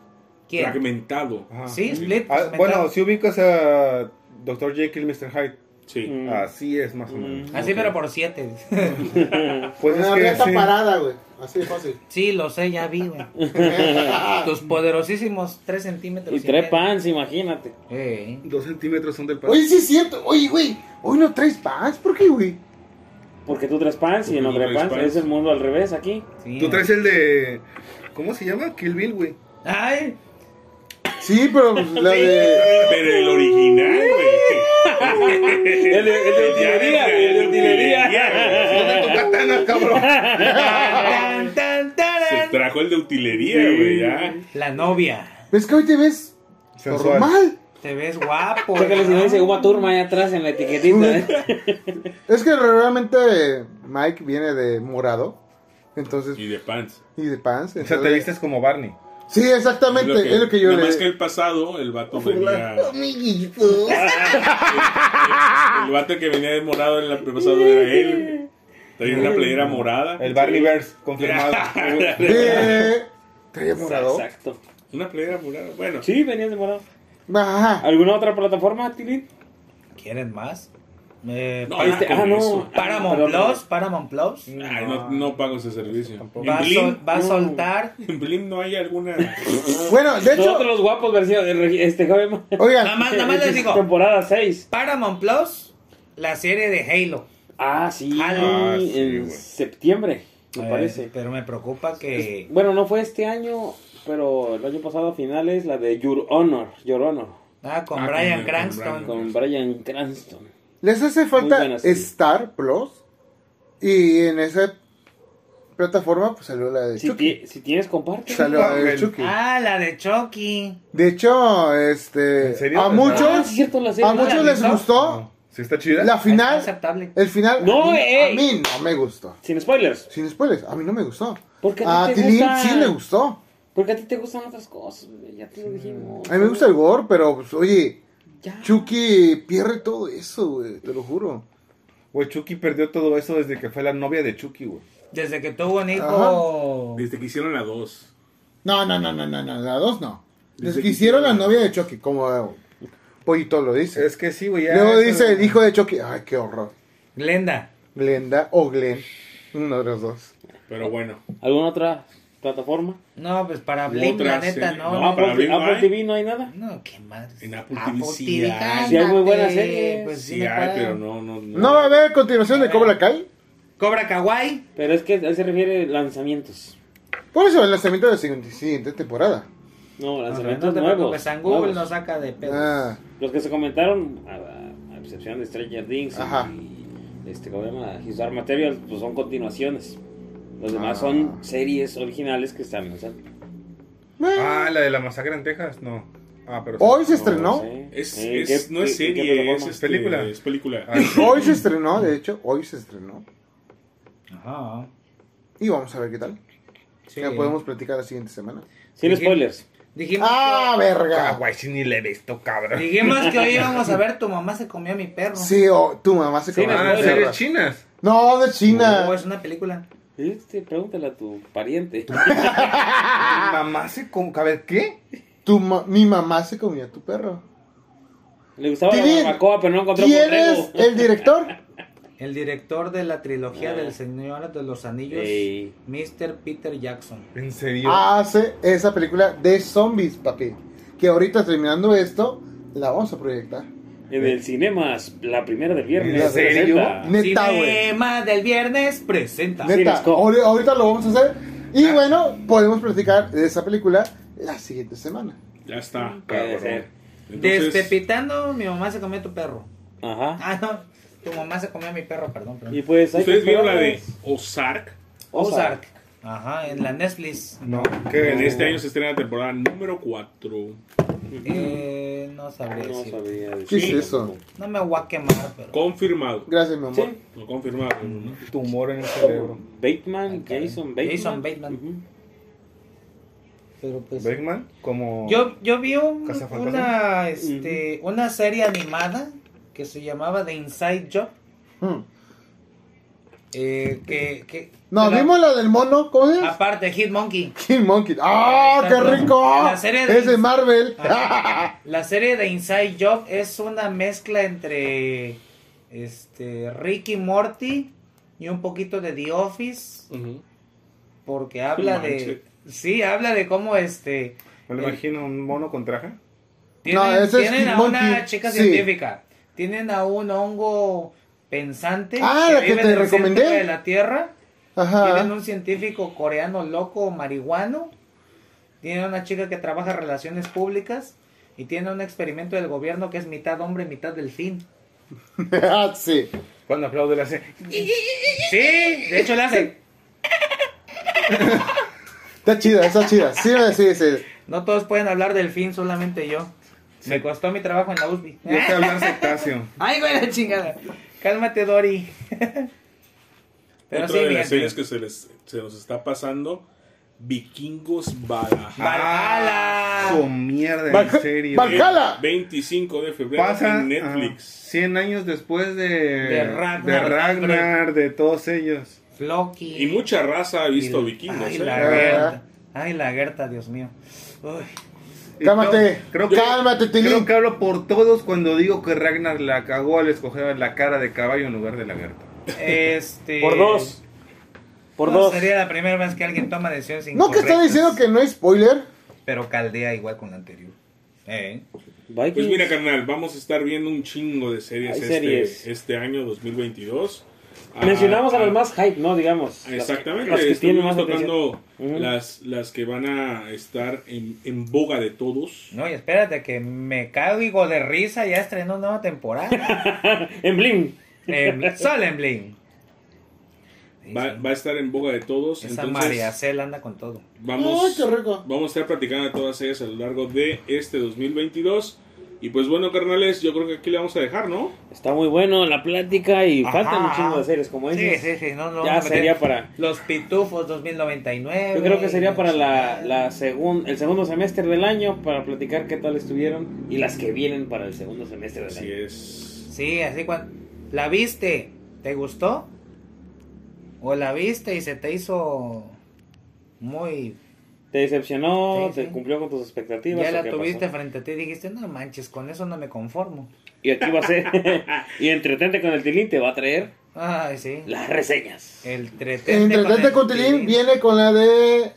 C: ¿Quién?
D: Fragmentado.
E: Ajá.
C: Sí, Split.
E: Ah,
C: es Pues, mental.
E: bueno, si ubicas a Dr. Jekyll y Mr. Hyde,
D: Sí.
F: Mm.
E: así es más o menos.
C: Así, pero por siete.
E: Pues es
B: la
E: que
B: reta
E: sí.
B: parada, güey. Así de fácil.
C: sí, lo sé, ya vi, güey. Tus poderosísimos tres centímetros.
F: Y tres pants, imagínate.
C: medio. Ey.
E: Dos centímetros son del
B: Oye, sí es cierto. Oye, güey. Hoy no traes pants. ¿Por qué, güey?
F: Porque tú tres pants y
D: Porque
F: el
D: tú
F: hombre
D: tres
F: pants.
D: pants.
F: Es el mundo al revés aquí.
C: Sí,
E: Tú traes el de. ¿Cómo se llama? Kill Bill, güey.
C: Ay,
B: Sí, pero pues, la de.
D: Pero el original, güey.
F: El de- el de
D: Ya
F: utilería,
D: desde
F: el de utilería.
D: utilería, güey.
E: Katana, cabrón.
C: tan, tan,
D: Se
C: taran.
D: trajo el de utilería, güey, ya.
C: La novia.
B: ¿Ves que hoy te ves
E: Sensual.
B: normal?
C: Te ves guapo.
F: Chécale si no dice Uma Turma allá atrás en la etiquetita. ¿eh?
B: Es que realmente Mike viene de morado. Entonces,
D: Y de pants.
B: y de pants.
E: O sea, te vistes como Barney.
B: Sí, exactamente. Es lo que, yo
D: nada
B: le.
D: más que el pasado, el vato venía.
B: Amiguitos.
D: El vato que venía de morado en el pasado era él. Traía una playera morada.
E: El Barney Verse, confirmado.
B: De... Eh, ¿Traía morado?
F: Exacto.
D: Una playera morada. Bueno,
F: Sí, venías de morado.
B: Ajá.
F: ¿Alguna otra plataforma, Tilín?
C: ¿Quieren más? Eh,
D: No,
C: para-
D: este-
F: Ah,
D: Con
F: no.
D: eso.
C: Paramount
F: Perdón.
C: Plus, Paramount Plus.
D: ay, no, no pago ese servicio.
C: Va
D: En
C: a,
D: Blim,
C: sol- va a soltar.
D: en Blim no hay alguna.
B: Bueno, de hecho,
F: Nosotros los guapos, versión. Este joven.
C: Nada
B: oigan,
C: más, nada más les digo.
F: Temporada 6.
C: Paramount Plus, la serie de Halo.
F: Ah, sí.
C: Ah,
E: sí,
F: en
E: güey.
F: septiembre, me
C: Eh,
F: parece.
C: Pero me preocupa que.
F: Bueno, no fue este año, pero el año pasado a finales, la de Your Honor. Your Honor.
C: Ah, con
D: Ah,
C: Brian
D: con- con
C: Cranston.
F: Con Brian Cranston.
B: les hace
F: Muy
B: falta
F: buena serie.
B: Star Plus. Y en esa plataforma, pues salió la de
F: Si,
B: Chucky.
F: ti- si tienes, comparte.
B: Salió la de
E: Marvel.
B: Chucky.
C: Ah, la de Chucky.
B: De hecho,
E: ¿En
B: este.
E: serio?
B: A
F: Ah,
B: muchos,
F: sí, cierto, la serie.
B: a
F: ¿no la
B: muchos
F: vi?
B: les gustó
E: ¿Sí está chida?
B: la
C: Está
B: final.
C: aceptable.
B: El final.
F: No,
B: a, mí,
F: eh.
B: a mí no me gustó.
F: Sin spoilers.
B: Sin spoilers, a mí no me gustó.
F: Porque a
B: A
F: ti te
B: Tilín
F: gusta-
B: sí le gustó.
F: Porque a ti te gustan otras cosas. güey, Ya te lo dijimos.
B: A mí me gusta el gore, pero pues, oye,
F: Ya.
B: Chucky pierde todo eso, güey, te lo juro.
E: Güey, Chucky perdió todo eso desde que fue la novia de Chucky, güey.
C: Desde que tuvo un hijo.
D: Desde que hicieron la 2.
B: No, no, no, no, no, no, la dos no.
D: Desde
B: Desde que
D: que
B: hicieron la novia de Chucky, como eh, Pollito lo dice.
E: Es que sí, güey. ya
B: Luego
E: eso-
B: dice el hijo de Chucky, ay, qué horror.
C: Glenda.
B: Glenda o Glenn, uno de los dos.
D: Pero bueno.
F: Pues ¿Alguna otra plataforma?
C: No, pues para Blink,
D: Otra
C: la neta,
D: serie.
C: no.
D: No,
C: No,
D: para
F: Apple,
D: Blim no
F: Apple
D: hay.
F: TV no hay nada.
C: qué madre.
D: En Apple TV sí hay.
F: Sí hay muy buenas
C: cálmate.
F: series.
C: Pues sí,
D: Sí
C: me
D: hay,
C: pagan.
D: pero no, no, no.
B: ¿No va a haber continuación de Cobra Kai?
C: Cobra Kawaii.
F: Pero es que a él se refiere lanzamientos.
B: Por eso el lanzamiento de la siguiente, siguiente temporada.
F: No,
C: No,
F: lanzamientos
C: no te
F: nuevos.
C: preocupes, San Google
F: nuevos.
C: nos saca de pedo.
B: Ah,
F: Los que se comentaron, a, a- a excepción de Stranger Things
B: Ajá.
F: y este, ¿cómo se llama? His Dark Materials, pues son continuaciones. Los demás
B: Ah.
F: son series originales que están lanzando.
E: Ah, la de la masacre en Texas, no. Ah, pero.
B: hoy se
F: No
B: estrenó.
F: sé.
D: Es,
F: ¿En
D: es-
F: Eh, qué-
D: no es
F: qué- en qué
D: serie, es
F: plataforma?
D: este,
E: Película.
D: Es película.
E: Ah,
B: Hoy se estrenó, de hecho, hoy se estrenó.
C: Ajá.
B: Y vamos a ver qué tal.
C: Sí.
B: Ya podemos platicar la siguiente semana.
F: Sin
C: Dije-
F: spoilers.
C: Dijimos,
B: ¡Ah, verga!
E: Kawaii, sí ni le he visto, cabrón.
C: dijimos que hoy íbamos a ver tu mamá se comió a mi perro.
B: Sí, o tu mamá se
F: Sí,
B: acaba
E: Ah,
B: de
E: series
B: cerrar.
E: chinas.
B: No, de China.
C: No, Oh, es una película.
F: Este, pregúntale a tu pariente.
B: Ah.
E: Mamá se com... A ver, ¿qué?
B: Tu ma- mi mamá se comió a tu perro.
F: Le gustaba la
B: ¿Quién-
F: barbacoa, pero no encontró
B: ¿Quién es
F: borrego.
B: el director?
C: El director de la trilogía
F: Ah.
C: del Señor de los Anillos,
F: Ey.
C: Mr. Peter Jackson.
E: ¿En serio?
B: Hace esa película de zombies, papi. Que ahorita terminando esto, la vamos a proyectar.
F: En el cinema, la primera del viernes.
B: ¿En
E: serio?
F: presenta.
B: Neta, güey.
C: Cinema del viernes presenta.
F: Sí,
B: Neta,
F: let's go.
B: ahori- ahorita lo vamos a hacer. Y bueno, podemos platicar de esa película la siguiente semana.
D: Ya está.
F: Puede
D: cabrón.
F: ser.
D: Entonces,
C: Despepitando, mi mamá se comió a tu perro.
F: Ajá.
C: Ah, no. Tu mamá se comió a mi perro, perdón. perdón.
F: Y pues, hay
D: ¿ustedes
F: que
D: vieron la de
F: esperarnos.
D: Ozark?
F: Ozark.
C: Ozark. Ajá, en la Netflix.
E: No.
D: Que en este año se estrena la temporada número 4.
C: Eh, no sabría
F: No
C: decir.
F: sabía decir.
B: ¿Qué es eso?
C: No me voy a quemar, pero.
D: Confirmado.
B: Gracias, mi amor.
F: Sí.
D: Lo confirmado. ¿no?
E: Tumor en el cerebro.
F: Bateman,
C: caray.
F: Jason Bateman.
C: Jason Bateman.
F: Ujú.
C: pero pues-
E: Bergman, como.
C: Yo, yo vi un-
E: Cazafantasmas.
C: una, este, una serie animada que se llamaba The Inside Job.
B: Hmm.
C: eh, que, que,
B: Nos
C: pero- Ah.
B: vimos la del mono, ¿cómo se llama?
C: Aparte, Hit Monkey.
B: King Monkey. ¡Ah,
C: Ahí
B: qué
C: está, ¿no?
B: rico!
C: La serie de- Ah.
B: Es de Marvel.
C: La serie de Inside Job es una mezcla entre este Ricky Morty y un poquito de The Office, porque habla de sí, habla de cómo este
E: Me
B: eh,
E: lo imagino un mono con traje.
C: tienen,
B: No, ese es
C: tienen
B: Kid
C: a
B: Monkey,
C: una chica
B: sí.
C: científica, tienen a un hongo pensante
B: Ah, la que
C: vive en
B: te
C: el centro
B: recomendé.
C: de la Tierra. Tienen
B: Ajá.
C: un científico coreano loco marihuano. Tienen una chica que trabaja relaciones públicas. Y tiene un experimento del gobierno que es mitad hombre, mitad delfín.
B: Ah, sí.
E: Cuando aplaude le hace.
C: Sí, de hecho le hacen.
B: Está chida, está chida. Sí, sí, sí.
C: No todos pueden hablar delfín, solamente yo. Me costó mi trabajo en la USB.
E: Yo sé hablar cetáceo.
C: Ay, güey, la chingada. Cálmate, Dory. Pero sí,
D: Otra de
C: mi
D: las
C: gente.
D: series que se, les, se nos está pasando, Vikingos Valhalla.
C: Valhalla.
E: Ah, Su mierda, en
B: Valha-
E: serio.
B: Valha- ¡Valhalla!
D: 25 de febrero
E: Pasa
D: en
E: ah,
D: Netflix.
E: 100 años después de.
C: De Ragnar.
E: De Ragnar, de todos ellos.
B: ah.
C: Floki.
D: Y mucha raza ha visto
C: Y-
D: Vikingos.
C: Ay,
D: ¿eh?
C: la
B: ¿eh?
C: Gerta. Ay, la Gerta, Dios mío. Uy.
E: Y
B: Cálmate.
E: creo- creo que-
B: Cálmate, Tilín.
E: Creo que hablo por todos cuando digo que Ragnar la cagó al escoger la cara de caballo en lugar de la Gerta.
C: Este.
D: Eh,
F: Por dos. Por
C: No,
F: dos.
C: Sería la primera vez que alguien toma decisiones
B: No, que
C: incorrectas.
B: está diciendo que no es spoiler.
C: Pero caldea igual con la anterior. Eh.
F: Vikings.
D: Pues mira, carnal, vamos a estar viendo un chingo de series,
F: Hay
D: este,
F: series.
D: este año 2022. Ah,
F: Mencionamos a
D: ah,
F: las más hype, ¿no? Digamos. Las que-
D: Exactamente,
F: Las que, tienen
D: estuvimos
F: más atención.
D: tocando
F: Ujú.
D: las, las que van a estar en, en boga de todos.
C: No, y espérate, que me caigo de risa. Ya estrenó nueva temporada.
F: En Blim.
C: Em, Sol en Bling.
D: Va, va a estar en boga de todos.
C: Esa
D: entonces,
C: María Cel anda con todo.
B: Ay,
D: vamos,
B: qué rico.
D: vamos a estar platicando de todas ellas a lo largo de este 2022. Y pues bueno, carnales, yo creo que aquí le vamos a dejar, ¿no?
F: Está muy bueno la plática y
C: Ajá.
F: faltan un chingo de series como
C: Sí,
F: esas.
C: sí, sí. No, no vamos
F: Ya
C: a meter.
F: sería para.
C: Los Pitufos 2099.
F: Yo creo que sería para la,
C: chingada.
F: la segun- el segundo semestre del año para platicar qué tal estuvieron y las que vienen para el segundo semestre del
D: Así
F: año.
D: es.
C: Sí, así cuando la viste, ¿te gustó? ¿O la viste y se te hizo muy...
F: ¿Te decepcionó?
C: Sí, sí.
F: ¿Te cumplió con tus expectativas?
C: Ya
F: o
C: la
F: qué
C: tuviste
F: pasó?
C: frente a ti y dijiste, no manches, con eso no me conformo.
F: Y aquí va a ser. y entretente con el tilín te va a traer
C: Ay, sí.
F: las reseñas.
C: El tretete
B: Entretente
C: el
B: con Tilín
C: tilín.
B: viene con la de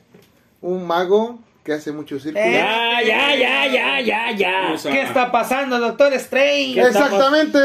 B: un mago que hace muchos círculos.
C: Eh,
F: Ya, ya, ya, ya, ya, ya.
D: Vamos a,
C: ¿Qué está pasando, doctor Strange?
B: Exactamente.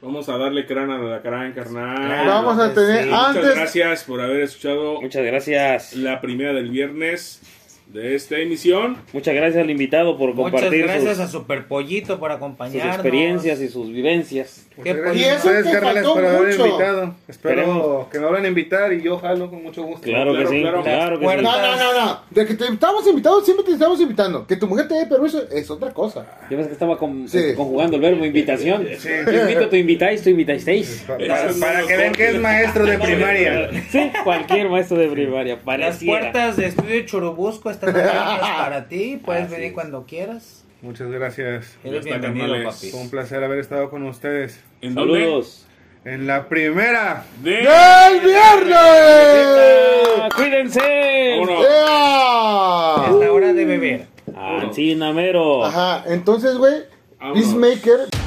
D: Vamos a darle crán a la crán, carnal.
C: Claro.
B: Vamos a
C: pues
B: tener
C: sí.
D: Muchas
B: antes.
D: gracias por haber escuchado
F: Muchas gracias.
D: la primera del viernes de esta emisión.
F: Muchas gracias al invitado por
C: Muchas
F: compartir
C: gracias
F: sus,
C: a Superpollito por
F: sus
C: acompañarnos.
F: experiencias y sus vivencias.
C: Qué
E: Muchas
B: Y
C: pollo.
B: eso
E: Gracias,
B: que
E: carnales,
B: faltó
E: por haber
B: mucho.
E: invitado. Espero
F: Esperemos.
E: que me vuelvan a invitar y yo jalo con mucho gusto.
F: Claro, que sí,
D: claro.
F: claro, que
C: Bueno,
F: sí.
B: No, no, no, no. De que te estamos invitados, siempre te estamos invitando. Que tu mujer te dé permiso es otra cosa.
F: Yo ves que estaba con-
B: Sí.
F: conjugando el verbo invitación. Yo invito, tú invitáis, tú invitasteis.
D: Este
E: Para, para que vean que es maestro de primaria.
F: Sí, cualquier maestro de primaria,
C: Las
F: pareciera.
C: puertas de Estudio Churubusco están abiertas para ti. Puedes venir cuando quieras.
E: Muchas gracias.
C: Eres
D: Ya está,
C: bienvenido,
D: carnales.
C: papi.
E: Fue un placer haber estado con ustedes.
D: ¿En dónde?
F: Saludos.
E: En la primera.
D: De...
B: ¡Del viernes!
F: Ah, cuídense.
D: Vámonos.
C: Es
B: ¡Ea!
C: la hora de beber.
F: Ancinamero.
B: Ajá, entonces, güey,
D: Vámonos.
B: Peacemaker